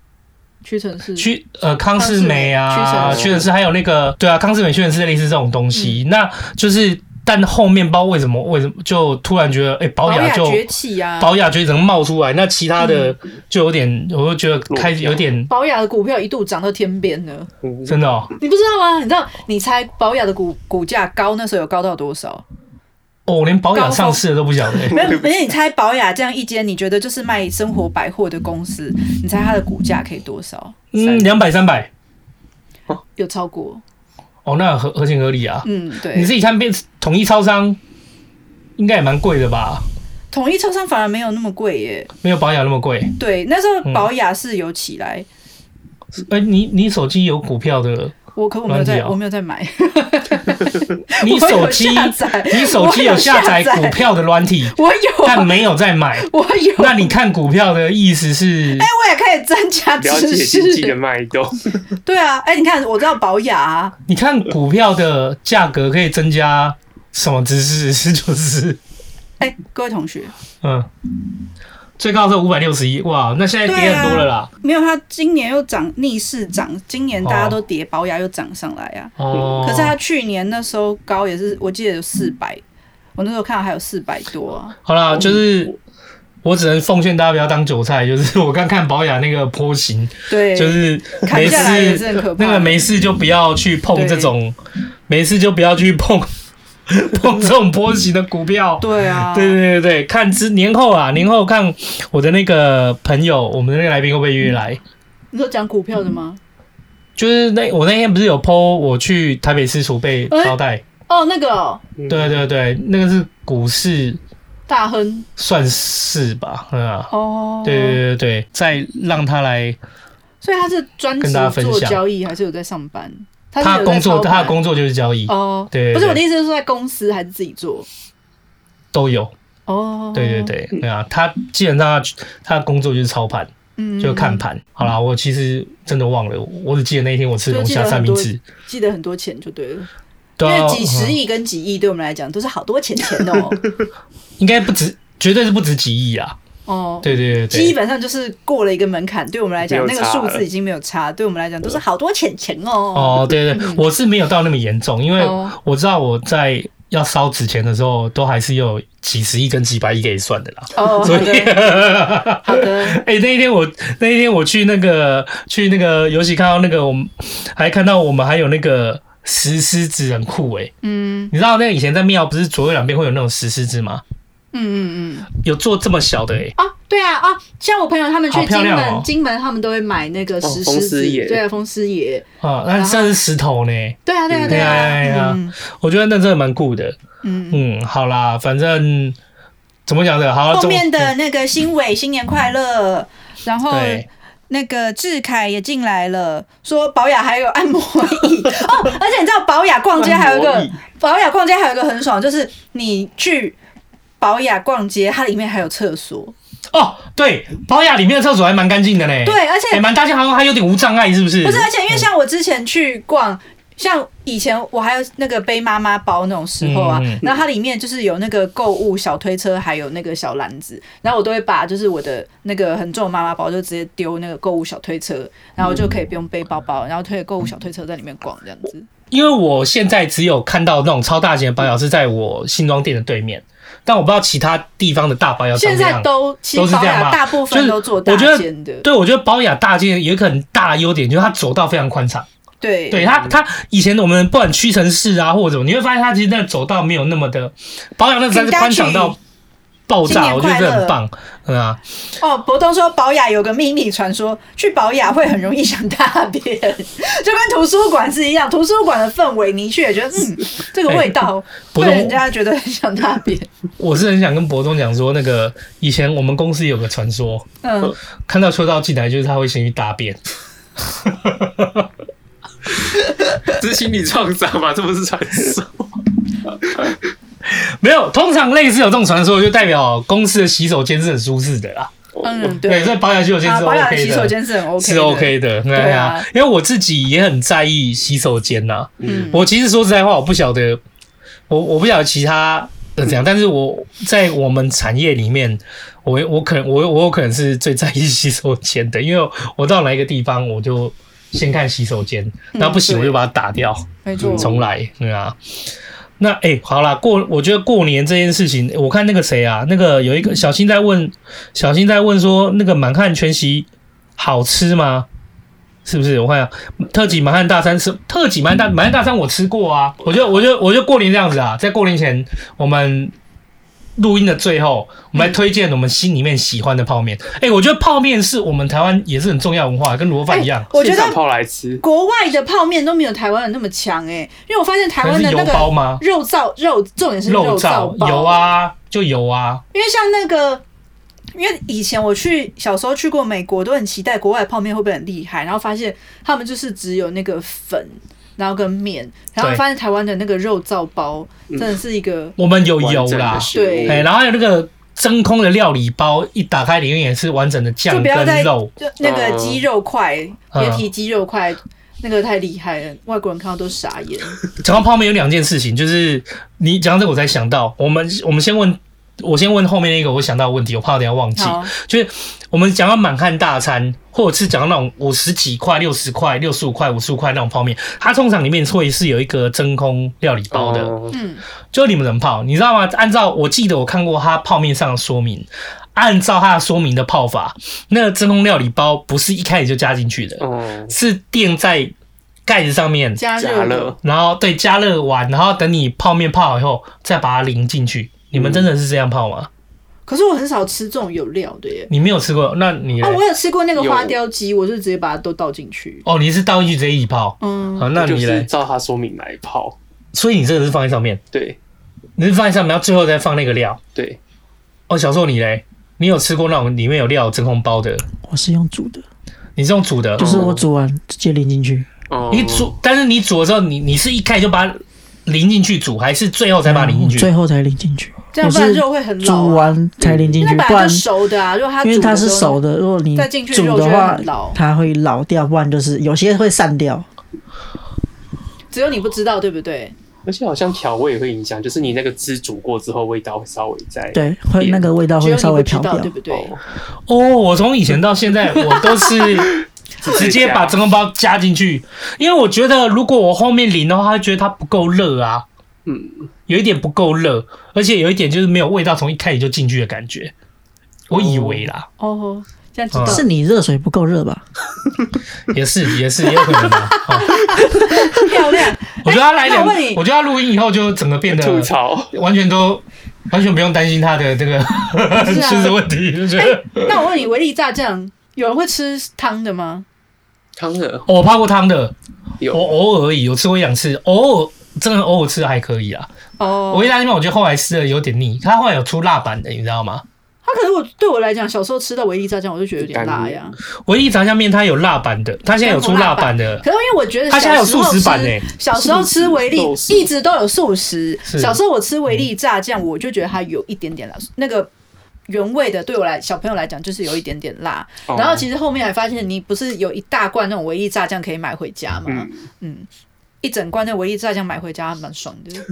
屈臣氏、屈呃康世美啊，康世美屈臣氏屈臣氏，还有那个对啊，康世美、屈臣氏类似这种东西，那就是但后面不知道为什么为什么就突然觉得，哎、保保雅雅就崛起啊，保雅就能冒出来，那其他的就有点，我就觉得开始有点保雅的股票一度涨到天边了。真的、哦，你不知道吗？你知道你猜保雅的股股价高那时候有高到多少？哦我连保雅上市的都不晓得、没有，不是你猜保雅这样一间，你觉得就是卖生活百货的公司，你猜它的股价可以多少？嗯，两百三百，有超过？哦，那合合情合理啊。嗯，你对。自己看变统一超商，应该也蛮贵的吧？统一超商反而没有那么贵耶。没有保雅那么贵。对，那时候嗯保雅是有起来，哎、你你手机有股票的， 我可我没有在乱，聊啊我没有在买。 你我有手机下载你手机有下载我有下载股票的软体， 我有啊，但没有在买。我有。哎那你看股票的意思是，我也可以增加了解知经济的识。脉 动，对啊，哎，你看，我知道保雅啊，你看股票的价格可以增加什么知识？是就是，哎，各位同学，嗯，最高是五百六十一，哇，那现在跌很多了啦。没有，它今年又涨逆势涨，今年大家都跌，保雅又涨上来啊。哦，可是它去年那时候高也是，我记得有四百，嗯我那时候看到还有四百多啊。好啦，就是我只能奉劝大家不要当韭菜。就是我刚看保雅那个坡形，对， 就是砍没下来也是事，很可怕。那个没事就不要去碰对这种，没事就不要去碰碰这种波形的股票。对啊， 对对对对，看之年后啊，年后看我的那个朋友，我们的那个来宾会不会约来？你说讲股票的吗？就是那我那天不是有 PO 我去台北市储备招待？哦，那个哦嗯对对对，那个是股市大亨算是吧，嗯、啊。哦，对对，对对，再让他来，所以他是专职跟大家分享做交易，还是有在上班？他是有他在工作，操盘他的工作就是交易，哦，对对对不是我的意思是说在公司还是自己做都有。哦，对对，对，对啊，他基本上他他的工作就是操盘，嗯就看，盘。好啦，我其实真的忘了，我只记得那一天我吃就龙记得虾啊三很明多治，记得很多钱就对了。对因啊为几十嗯亿跟几亿对我们来讲都是好多钱钱哦。应该不止，绝对是不止几亿啊。哦，对对对基对，本上就是过了一个门槛，对我们来讲没那有个差数了字已经没有差，对我们来讲都是好多钱钱哦。哦，对对，我是没有到那么严重，因为哦我知道我在要烧纸钱的时候，都还是有几十亿跟几百亿可以算的啦。哦，好 所以的，好的，哎、那一天我那一天我去那个去那个尤其看到那个，我们还看到我们还有那个石狮子很酷哎、嗯你知道那个以前在庙不是左右两边会有那种石狮子吗？嗯嗯嗯，有做这么小的哎、啊，对啊啊，像我朋友他们去好金漂亮门，哦金门他们都会买那个哦石风狮狮子，爷对啊，风狮爷，啊，那算是石头呢。对啊对啊对啊啊，对啊嗯我觉得那真的蛮酷的。嗯。嗯，好啦，反正怎么讲的，好，后这么面的那个新伟新年快乐，然后对那个志凯也进来了，说宝雅还有按摩椅哦，而且你知道宝雅逛街还有一按摩个椅宝雅逛街还有一个很爽，就是你去宝雅逛街，它里面还有厕所，哦，对，保雅里面的厕所还蛮干净的嘞。对，而且哎，蛮大家好像还有点无障碍，是不是？不是，而且因为像我之前去逛。像以前我还有那个背妈妈包那种时候啊，嗯嗯然后它里面就是有那个购物小推车，还有那个小篮子，然后我都会把就是我的那个很重的妈妈包就直接丢那个购物小推车，然后就可以不用背包包，然后推着购物小推车在里面逛这样子。因为我现在只有看到那种超大型的包窑是在我新庄店的对面，但我不知道其他地方的大包窑长现怎在样。都其都实是保这样吧养大部分都做大就是我觉得件的，对，我觉得保雅大街有一个很大的优点，就是它走道非常宽敞。对对它，它以前我们不管屈臣氏啊或者什么，你会发现它其实那个走道没有那么的保雅，那实在是宽敞到爆新炸，年我觉得快乐这很棒。嗯啊，哦，博东说保雅有个秘密传说，去保雅会很容易想大便，就跟图书馆是一样。图书馆的氛围，你去也觉得嗯，这个味道博会东人家觉得很想大便。我是很想跟博中讲说，那个以前我们公司有个传说，嗯，看到秋刀进来就是他会先去大便。这是心理创伤嘛？这不是传说。没有，通常类似有这种传说，就代表公司的洗手间是很舒适的啦。嗯，对，对所以保养洗手间啊，是保雅 OK 的的，洗手间是很 OK，是 OK 的，对对啊啊，因为我自己也很在意洗手间呐。嗯我其实说实在话，我不晓得，我我不晓得其他的怎样，但是我在我们产业里面，我我可能我我有可能是最在意洗手间的，因为我到哪一个地方我就。先看洗手间，然后不行对我就把它打掉。没错。重来，对啊。那哎、欸好啦，过我觉得过年这件事情，我看那个谁啊，那个有一个小新在问，小新在问说，那个满汉全席好吃吗？是不是？我看一下特级满汉大餐是特级满汉大满汉大餐，我吃过啊。我就我就我就过年这样子啊，在过年前我们录音的最后，我们来推荐我们心里面喜欢的泡面。哎、我觉得泡面是我们台湾也是很重要的文化，跟卤肉饭一样。哎我觉现场得泡来吃，国外的泡面都没有台湾的那么强哎、因为我发现台可能湾是的油那包个吗？肉燥肉，重点是肉燥燥包有啊，就有啊。因为像那个，因为以前我去小时候去过美国，都很期待国外的泡面会不会很厉害，然后发现他们就是只有那个粉，然后跟面，然后对发现台湾的那个肉燥包嗯真的是一个，我们有油完整啦的，食物对哎、然后还有那个真空的料理包，一打开里面也是完整的就酱不要再跟肉，就那个鸡肉块，嗯别提鸡肉块。那个太厉害了，外国人看到都傻眼。讲到泡面有两件事情，就是你讲到这个我才想到，我们我们先问，我先问后面那个我想到的问题，我怕我等一下忘记。好，就是我们讲到满汉大餐，或者是讲到那种五十几块、六十块、六十五块、五十五块那种泡面，它通常里面会是有一个真空料理包的。哦嗯，就你们怎么泡，你知道吗？按照我记得我看过它泡面上的说明，按照它的说明的泡法，那个真空料理包不是一开始就加进去的，嗯哦，是垫在盖子上面，加加热的热，然后对加热完，然后等你泡面泡好以后再把它淋进去。你们真的是这样泡吗？可是我很少吃这种有料的耶。你没有吃过，那你嘞哦，我有吃过那个有花雕鸡，我就直接把它都倒进去。哦，你是倒进去直接一起泡，嗯，好，那就你是嘞？照他说明来泡，所以你这个是放在上面，对你是放在上面，然后最后再放那个料。对，哦，小时候你嘞？你有吃过那种里面有料真空包的？我是用煮的，你是用煮的？就是我煮完直接淋进去，哦你煮，但是你煮的时候，你你是一开始就把它淋进去煮，还是最后才把它淋嗯进去？最后才淋进去。这样我不然是肉会很老、啊。煮完才淋进那去，本不来然就熟的啊，如果它因为它是熟熟，的，如果你再进去煮肉的就会话很老，它会老掉，不然就是有些会散掉。只有你不知道，对不对？而且好像调味也会影响，就是你那个汁煮过之后，味道会稍微再对，会那个味道只会有哦稍你微不知飘道，掉对。不对？哦哦，我从以前到现在，我都 是直接把真空包加进去，因为我觉得如果我后面淋的话，会觉得它不够热啊，嗯，有一点不够热，而且有一点就是没有味道，从一开始就进去的感觉。我以为啦，哦，这样知道。嗯是你热水不够热吧？也是也是也有可能 啊。哦漂亮， 我觉得他来那两我问你，我觉得他录音以后就整个变得吐槽，完全都完全不用担心他的这个是啊 吃的问题，就觉得。那我问你，维力炸酱有人会吃汤的吗？ 汤的哦我泡过汤的，有我偶尔而已，我吃过一两次，偶尔真的偶尔吃的还可以啊。哦我，意大利面我觉得后来吃的有点腻，它后来有出辣版的，你知道吗？它可是我对我来讲，小时候吃到维力炸酱，我就觉得有点辣呀。唯一炸酱面它有辣版的，它现在有出辣版的可，是因为我觉得它现在有素食版诶欸，小时候吃维力素食一直都有素食。是嗯小时候我吃维力炸酱，我就觉得它有一点点辣，那个原味的对我来小朋友来讲就是有一点点辣。哦然后其实后面还发现，你不是有一大罐那种维力炸酱可以买回家吗？嗯嗯，一整罐的维力炸酱买回家，蛮爽的。哦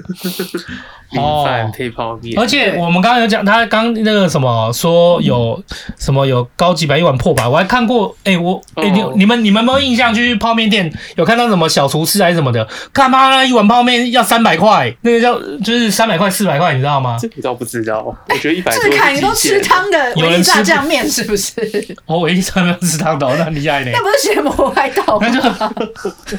米饭配泡面，而且我们刚刚有讲，他刚那个什么说有什么有高级白一碗破百，我还看过。哎、我哎、你哦你们你们有没有印象？去泡面店有看到什么小厨师还是什么的？干嘛那一碗泡面要三百块？那个叫就是三百块四百块，你知道吗？这个倒不知道， 我觉得一百哎多志凯，你都吃汤的有维人力吃炸酱面是 不是？哦我唯一上面吃汤头，哦那很厉害呢。那不是邪魔歪道吗那？就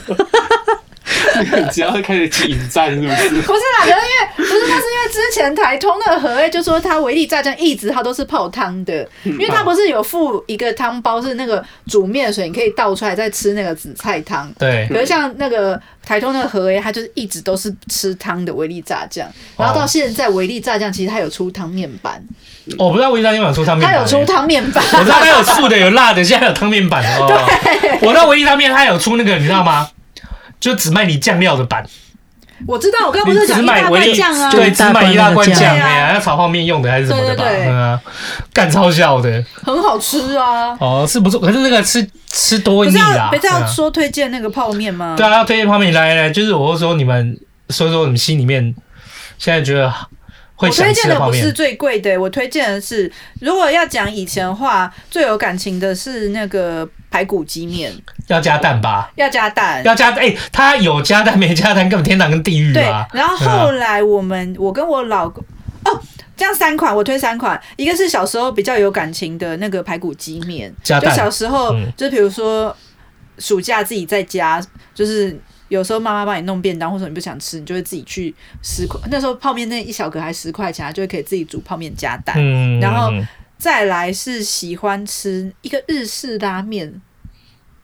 你 只要开始起引战是不是？ 不是啦，可是因为不是，那是因为之前台通那个何诶就说他维力炸酱一直他都是泡汤的，因为他不是有附一个汤包是那个煮面水，你可以倒出来再吃那个紫菜汤。对可是像那个台通那个何诶，他就是一直都是吃汤的维力炸酱，然后到现在维力炸酱其实他有出汤面版，哦我不知道维力炸酱有出汤面他版欸，有出汤面版，我知道它有素的，有辣的，现在有汤面版 哦。我知道唯一汤面它有出那个，你知道吗？就只卖你酱料的版，我知道，我刚刚不你是只哦讲一买大唯罐一酱啊，对，只买一大罐酱，对啊哎呀，要炒泡面用的还是什么的吧？对对对嗯啊，干超笑的很好吃啊。哦，是不错，可是那个吃吃多不会是腻啦要。不是对要啊说推荐那个泡面吗？对啊，要推荐泡面来来，就是我会说你们说说你们心里面现在觉得会我想推吃荐的泡不是面，最贵的，我推荐的是，如果要讲以前的话，最有感情的是那个排骨鸡面，要加蛋吧？要加蛋。要加哎，它有加蛋没加蛋，根本天堂跟地狱对啊！，然后后来我们，我跟我老公。哦，这样三款，我推三款，一个是小时候比较有感情的那个排骨鸡面，加就蛋小时候，嗯就比如说暑假自己在家，就是有时候妈妈帮你弄便当，或者你不想吃，你就会自己去十块，那时候泡面那一小格还十块钱，就会可以自己煮泡面加蛋。嗯，然后嗯再来是喜欢吃一个日式拉面，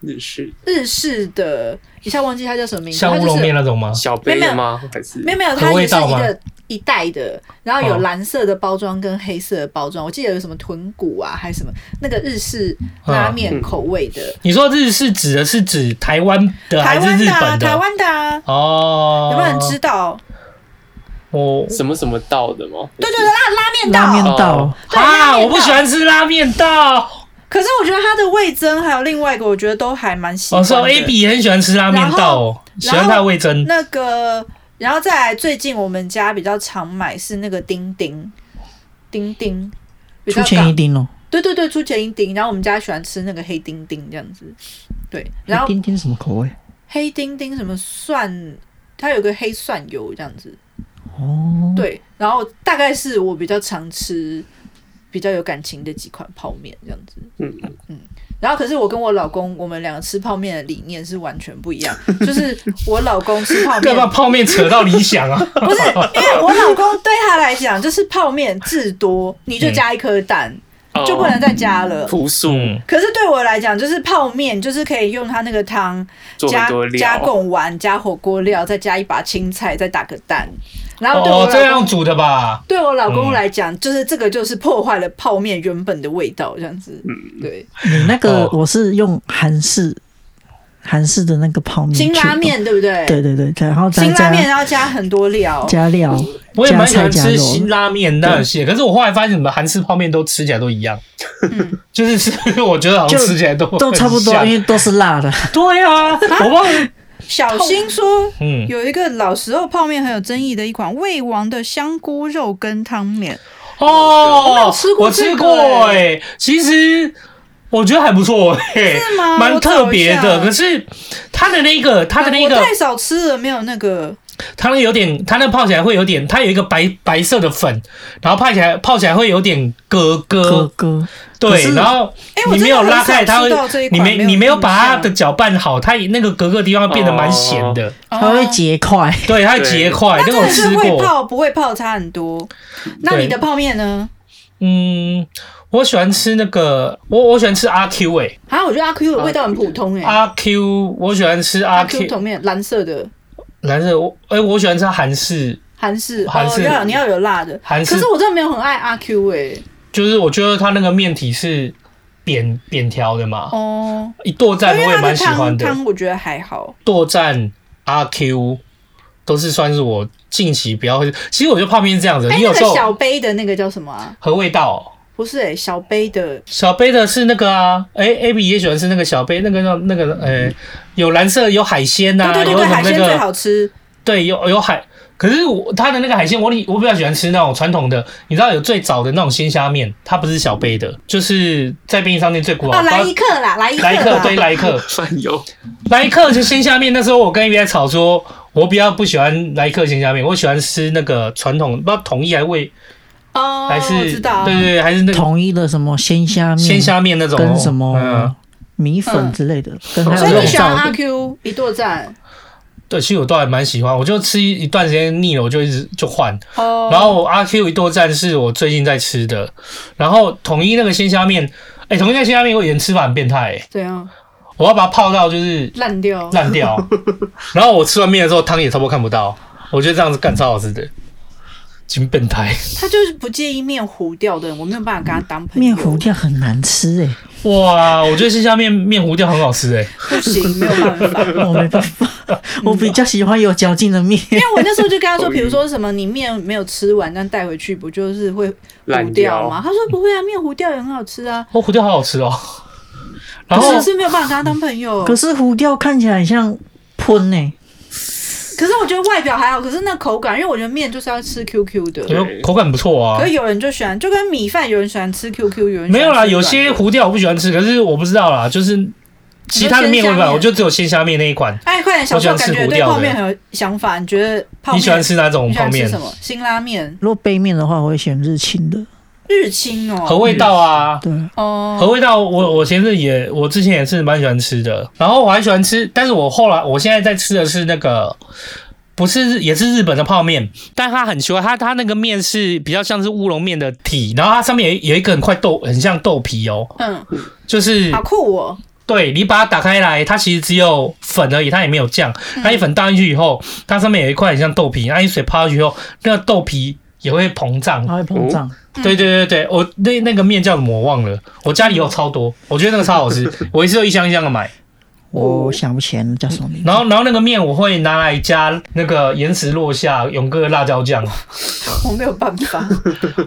日式日式的，一下忘记它叫什么名字，像它乌就龙面是那种吗？ 小杯的吗？还是没有没有，合它味也是道一吗个一袋的，然后有哦蓝色的包装跟黑色的包装，我记得有什么豚骨啊，还是什么那个日式拉嗯面口味的，你说日式指的是指台湾的嗯还台是湾日的啊，本的？台湾的啊，哦，有没有人知道？我什么什么道的吗？对对拉面哦道，啊，拉面我不喜欢吃拉面道。可是我觉得它的味增还有另外一个，我觉得都还蛮喜我欢说的。哦 A B 也很喜欢吃拉面道哦，喜然后欢它的味增。那个，然后再来，最近我们家比较常买是那个丁丁，丁丁，比出较钱港一丁哦。对对对，出前一丁。然后我们家喜欢吃那个黑丁丁这样子，对，然后丁丁什么口味？黑丁丁什么蒜，它有个黑蒜油这样子，哦，对，然后大概是我比较常吃。比较有感情的几款泡面这样子，嗯然后可是我跟我老公，我们两个吃泡面的理念是完全不一样。就是我老公吃泡面干，嘛泡面扯到理想啊？不是，因为我老公对他来讲，就是泡面至多你就加一颗蛋，哦就不能再加了。朴素嗯，可是对我来讲，就是泡面，就是可以用它那个汤做加很多加料，贡丸、加火锅料，再加一把青菜，再打个蛋。然后对我哦，老这公样煮的吧？对我老公嗯来讲，就是这个就是破坏了泡面原本的味道，这样子。嗯对，你那个哦我是用韩式韩式的那个泡嗯面去辛的，拉面对不对？对对对，然后再辛拉面加要加很多料。加料，我也加蛮喜菜欢加吃肉。辛拉面那些，可是我后来发现，你们韩式泡面都吃起来都一样，嗯就是是我觉得好像就吃起来都都差不多，很像因为都是辣的。对啊，我忘了，小新说，嗯，有一个老时候泡面很有争议的一款魏王的香菇肉羹汤面，哦，有吃过我这吃个过哎、其实我觉得还不错哎、是吗蛮特别我找一下的。哎可是它的那个，它的那个我，太少吃了，没有那个它那有点，它那泡起来会有点，它有一个白白色的粉，然后泡起来泡起来会有点咯哥咯，哦哥，可对，是然后哎我真你的没有很拉开，少它吃到这会一，款你没有你没有印把它象的搅拌好，它那个格格地方会变得蛮咸的，它会结块，对，它会结块，哦那真个我的是吃会过，泡不会泡差很多。那你的泡面呢？嗯。我喜欢吃那个，我我喜欢吃阿 Q 哎、啊，我觉得阿 Q 的味道很普通哎、阿 Q 我喜欢吃阿阿 Q Q 桶面蓝色的蓝色，我哎、我喜欢吃韩式，韩式，韩式哦，要有你要有辣的。韩式可是我真的没有很爱阿 Q 哎、就是我觉得它那个面体是扁扁条的嘛，哦，一剁因蘸为我也它的蛮喜欢汤的，汤我觉得还好。剁蘸阿 Q 都是算是我近期比较会，其实我觉得泡面是这样子，哎、你那有个时候小杯的那个叫什么啊？和味道哦、我不是哎、小杯的小杯的是那个啊，哎、a b 也喜欢吃那个小杯，那个叫那个呃、有蓝色有海鲜呐、对对对有对，什么海那鲜最个好吃。对，有有海。可是我它的那个海鲜，我里我比较喜欢吃那种传统的，你知道有最早的那种鲜虾面，它不是小杯的，就是在便利商店最古老。哦，来一克啦，来一克来一克，啦。对，来一克， 饭友，来一克就鲜虾面。那时候我跟 A B 在吵说，我比较不喜欢来一克鲜虾面，我喜欢吃那个传统，不知道统一还味哦，还我是知道。对对对，还是那个统一的什么鲜虾面、鲜虾面那种跟什嗯么米粉之类的，跟还嗯所以有肉你喜欢燥阿的。 Q 一剁赞对，其实我倒还蛮喜欢，我就吃一一段时间腻了，我就一直就换。哦，然后阿 Q 一多站是我最近在吃的，然后统一那个鲜虾面，哎、统一那个鲜虾面我以前吃法很变态、欸，怎样我要把它泡到就是烂掉？烂掉，然后我吃完面的时候汤也差不多看不到，我觉得这样子干超好吃的，真变态。他就是不介意面糊掉的人，我没有办法跟他当朋友。面糊掉很难吃哎、哇，我觉得鲜虾面面糊掉很好吃哎、不行，没有办 法。我没办法， 我比较喜欢有嚼劲的面。哦因为我那时候就跟他 说，比如说什么你面没有吃完，但带回去不就是会糊烂掉掉吗？他说不会啊，面糊掉也很好吃啊。哦，糊掉好好吃哦。然后可是是没有办法跟他当朋友。可是糊掉看起来很像喷哎、可是我觉得外表还好，可是那口感，因为我觉得面就是要嗯吃 QQ 的我。觉得口感不错啊可是。有人就喜欢，就跟米饭，有人喜欢吃 QQ，有人喜欢吃没有啦，有软些的糊掉我不喜欢吃，可是我不知道啦，就是其他的面我你说鲜虾面不我就只有鲜虾面那一款。哎，快点，小我喜时候欢感吃觉糊对掉的泡面很有想法。你觉得泡你面喜欢吃哪种你喜泡欢吃面什？么？辛拉面、如果杯面的话，我会选日清的。日清和哦，味道啊，对，哦，和味道我，我前阵也，我之前也是蛮喜欢吃的。然后我还喜欢吃，但是我后来我现在在吃的是那个，不是也是日本的泡面，但它很奇怪，它它那个面是比较像是乌龙面的体，然后它上面有有一个很块豆，很像豆皮哦，嗯，就是好酷哦，对你把它打开来，它其实只有粉而已，它也没有酱。它一粉倒进去以后，它上面有一块很像豆皮，它一水泡下去以后，那个豆皮也会膨胀。它会膨胀。对对对对，我那那个面叫什么我忘了，我家里有超多，我觉得那个超好吃，我一次都一箱一箱的买。哦我想不起来那叫什么名字。然后然后那个面我会拿来加那个岩石落下勇哥辣椒酱，我没有办法。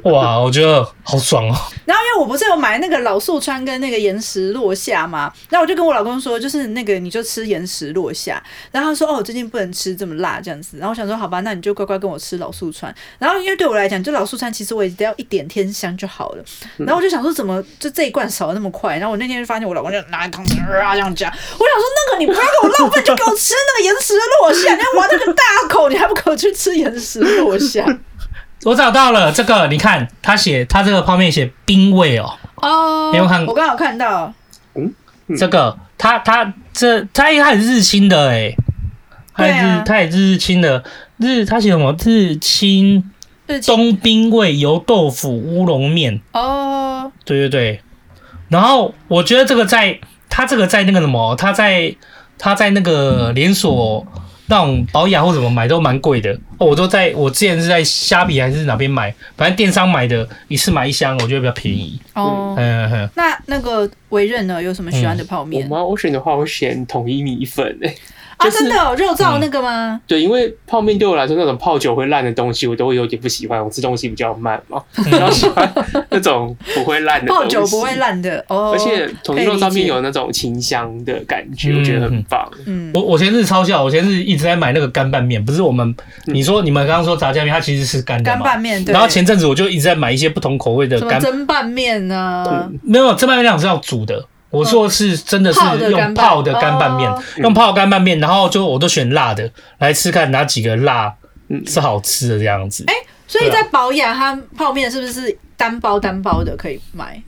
哇，我觉得好爽哦。然后因为我不是有买那个老素川跟那个岩石落下嘛，然后我就跟我老公说，就是那个你就吃岩石落下，然后他说哦，我最近不能吃这么辣这样子，然后我想说好吧，那你就乖乖跟我吃老素川。然后因为对我来讲，就老素川其实我也只要一点天香就好了。然后我就想说怎么就这一罐少的那么快，然后我那天就发现我老公就拿汤匙啊这样夹，我想说那个你不要给我浪费，就给我吃那个岩石落下，你要玩那个大口，你还不给我去吃岩石落下？我找到了这个，你看他写他这个泡面写冰味哦，哦没有看我刚好看到。嗯这个他他这他他也是日清的哎、他也对啊是他也是日清的日他写什么日清日清东冰味油豆腐乌龙面。哦，对对对，然后我觉得这个在他这个在那个什么，他在他在那个连锁那种保养或什么买都蛮贵的哦，我都在我之前是在虾皮还是哪边买，反正电商买的，一次买一箱，我觉得比较便宜。哦，嗯哼，那那个维任呢？有什么喜欢的泡哎我面、妈我选的话，我选统一米粉欸诶、啊？就是真的、哦、肉燥那个吗？对，因为泡面对我来说，那种泡久会烂的东西，我都会有点不喜欢。我吃东西比较慢嘛，嗯 然后喜欢那种不会烂的东西。泡酒不会。烂的哦。嗯而且统一可以肉理上面解有那种清香的感觉，我觉得很 棒。嗯，我我前日超笑，我前日一直在买那个干拌面，不是我们你说你们刚刚说炸酱面，它其实是干的嗯干嘛。拌面对，然后前阵子我就一直在买一些不同口味的什么干，蒸拌面啊呢、没有这拌面我是要煮的，我说是真的是嗯泡的干用拌泡的干拌面哦，用泡干拌面，然后就我都选辣的来吃看哪几个辣嗯是好吃的这样哎子。所以对啊在保养，它泡面是不是单包单包的可以买？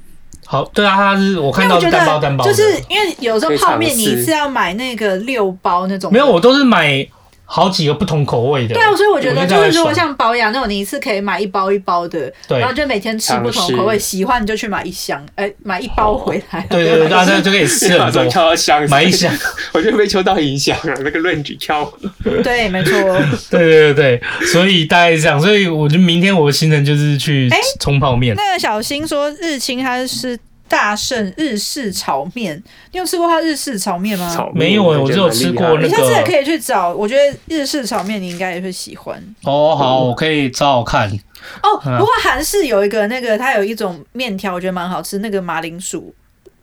好，对啊，它是我看因为到我觉是得单包单包的，就是因为有时候可以泡面尝你试一次要买那个六包那种，没有，我都是买好几个不同口味的。对啊，所以我觉得这就样是如果爽像保养那种，你一次可以买一包一包的，对然后就每天吃不同口味，尝试喜欢你就去买一箱，哎、买一包回来。对 对对，大家就可以吃 马上很多，跳到箱子，买一箱。 我就被秋到影响了，那个论据跳。 对，没错。 对对对对，所以大概是这样。所以我觉得明天我的行程就是去哎冲泡面。那个小新说，日清它是大盛日式炒面，你有吃过它日式炒面吗？炒面没有欸我觉只得有蛮厉吃过害的那你个下次也可以去找，我觉得日式炒面你应该也会喜欢哦，好，我可以找我看。哦。嗯啊不过韩式有一个那个，它有一种面条，我觉得蛮好吃，那个马铃薯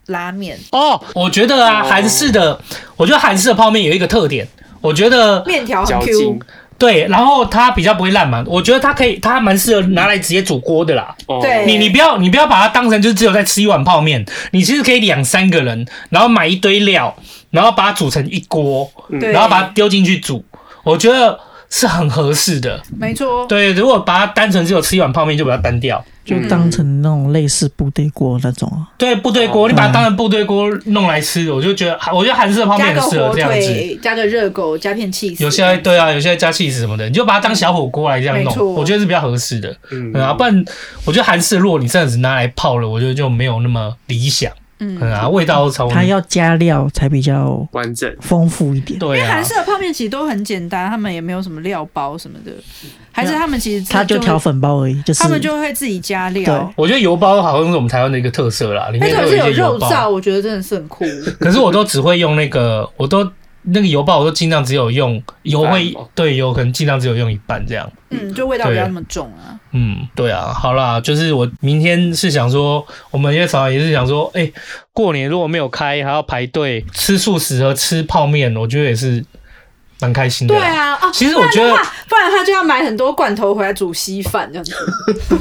拉面，哦，我觉得啊，韩式的，我觉得韩式的泡面有一个特点，我觉得面条很嚼 Q 劲。对，然后它比较不会烂嘛，我觉得它可以，它蛮适合拿来直接煮锅的啦。哦对你你不要你不要把它当成就只有在吃一碗泡面，你其实可以两三个人，然后买一堆料，然后把它煮成一锅，嗯对，然后把它丢进去煮，我觉得是很合适的。没错，对，如果把它单纯只有吃一碗泡面，就把它单掉。就嗯当成那种类似部队锅那种啊。对部队锅，你把它当成部队锅弄来吃，我就觉得，我觉得韩式的泡加面个很适合火这样子。腿，加个热狗，加片 cheese，有些对啊，有些加 cheese 什么的，你就把它当小火锅来这样没错弄，我觉得是比较合适的。嗯嗯啊，不然我觉得韩式如果你真的只拿来泡了，我觉得就没有那么理想。嗯啊，味道超它要加料才比较完整。 丰富一点。对因为啊韩，式的泡面其实都很简单，他们也没有什么料包什么的，还是他们其实自它就会调，粉包而已，就是他们就会自己加料。我觉得油包好像是我们台湾的一个特色啦，里哎，面可都是一有些肉油燥，包。我觉得真的是很酷。可是我都只会用那个，我都那个油包我都尽量只有用油一会半哦对油，可能尽量只有用一半这样。嗯，就味道不要那么重啊。嗯，对啊，好啦，就是我明天是想说，我们也常也是想说，哎、过年如果没有开，还要排队吃素食和吃泡面，我觉得也是蛮开心的对啦。啊，啊，其实我觉不然得的话，不然他就要买很多罐头回来煮稀饭 这样子。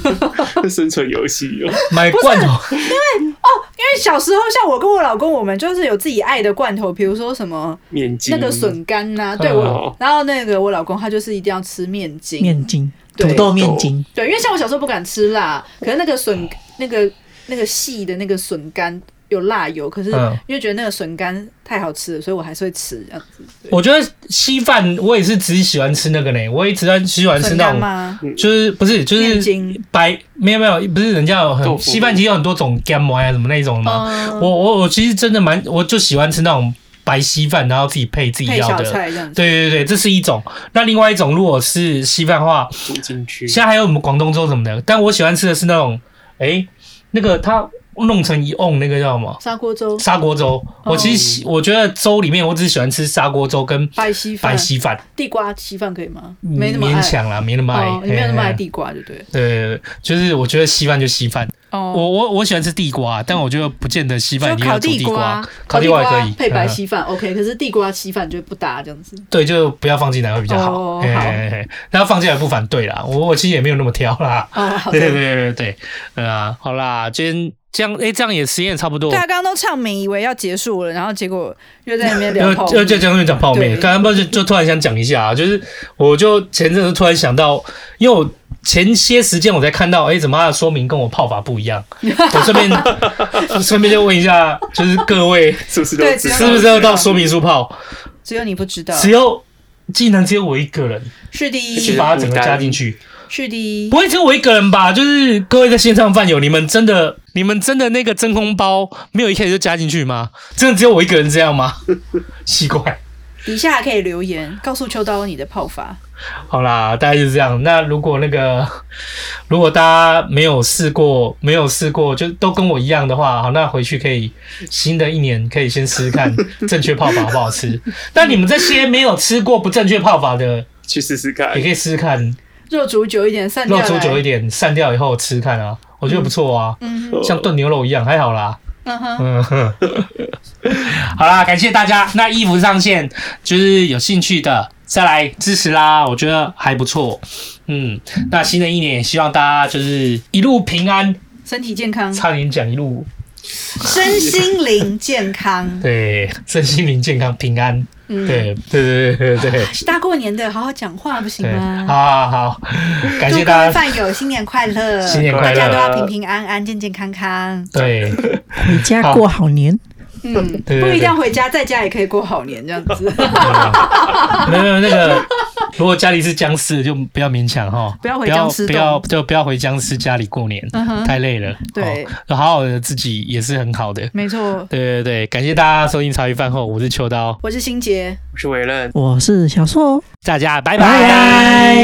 生存游戏哦，买罐啊头，因为小时候像我跟我老公，我们就是有自己爱的罐头，比如说什么面筋那个笋干嗯呐，对我哦，然后那个我老公他就是一定要吃面筋，嗯面筋、对土豆面筋，对，因为像我小时候不敢吃辣，可是那个笋那个那个细的那个笋干有辣油，可是嗯因为觉得那个笋干太好吃了，所以我还是会吃。这样子我觉得稀饭我也是只喜欢吃那个呢，我也只喜欢吃笋那干种，吗？就是不是就面是筋白没有没有，不是人家有豆很腐稀饭其实有很多种干馍呀什么那种的嘛，嗯哦我我我其实真的蛮，我就喜欢吃那种白稀饭，然后自己配自己配要小的。菜这样子。对对对，这是一种。那另外一种，如果是稀饭的话，煮进去，现在还有我们广东粥什么的，但我喜欢吃的是那种，哎、那个它弄成一瓮那个叫什么砂锅粥、砂锅粥。哦我其实喜，我觉得粥里面我只喜欢吃砂锅粥跟白稀白饭、稀饭，地瓜稀饭可以吗？没那么爱勉强啦，没那么爱，哦，你没有那么嘿爱嘿地瓜，对不对？对对，对就是我觉得稀饭就稀饭，哦，我我我喜欢吃地瓜，但我觉得不见得稀饭一就定要烤煮地瓜、烤地瓜也可以配白嗯稀饭 OK，可是地瓜稀饭就不搭这样子。 对，就不要放进来会比较好。哦嘿好嘿嘿然后放进来不反对啦，我我其实也没有那么挑啦。哦，好对的对。对对对，对啊，好啦，今天这样，哎，这样也时间也差不多对。啊，刚刚都唱名，以为要结束了，然后结果又在那边又聊泡又面就讲讲讲泡面，对刚刚不是就就突然想讲一下、啊，就是我就前阵子突然想到，因为我前些时间我才看到，哎、怎么它的说明跟我泡法不一样？我顺便顺便就问一下，就是各位是不是都对只知道是不是要到说明书泡？只有你不知道，只有竟然只有我一个人是去的，把它整个加进去，是的不。会只有我一个人吧？就是各位在线上饭友，你们真的、你们真的那个真空包没有一开始就加进去吗？真的只有我一个人这样吗？ 奇怪。底下还可以留言告诉秋刀你的泡法。好啦，大概就是这样。那如果那个，如果大家没有试过，没有试过，就都跟我一样的话，好，那回去可以新的一年可以先试试 看正确泡法好不好吃。但你们这些没有吃过不正确泡法的，去试试看也可？以试试看，肉煮久一点，散掉肉来煮久一。点，散掉以后吃吃看啊，我觉得不错啊，像炖牛肉一样，还好啦。嗯哼，嗯，呵好啦，感谢大家。那衣服上线就是有兴趣的再来支持啦，我觉得还不错。嗯，那新的一年也希望大家就是一路平安，身体健 康，差点讲一路身心灵健康。对，身心灵健康平安。嗯，对对对对对对大过年的，好好讲话不行对，吗？好好好，感祝谢各大位家，饭友新年快乐，新年快大家都要平乐。平安安、健健康康。对回家过好年。嗯，对对不一定要回家，在家也可以过好年这样子。 没有没有那个，如果家里是僵尸，就不要勉强哈，不要回不要僵尸不洞嗯要就不要回僵尸家里过年，太累了。对哦，好好的自己也是很好的。 没错，对对对，感谢大家收听茶余饭后，我是秋刀，我是心杰，我是伟任，我是小硕，大家拜拜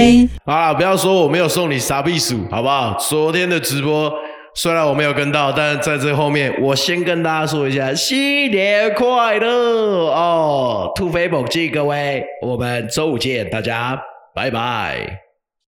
拜。啊，不要说我没有送你傻避暑，好不好？昨天的直播虽然我没有跟到，但是在这后面，我先跟大家说一下新年快乐哦，突飞猛进，各位，我们周五见，大家拜拜。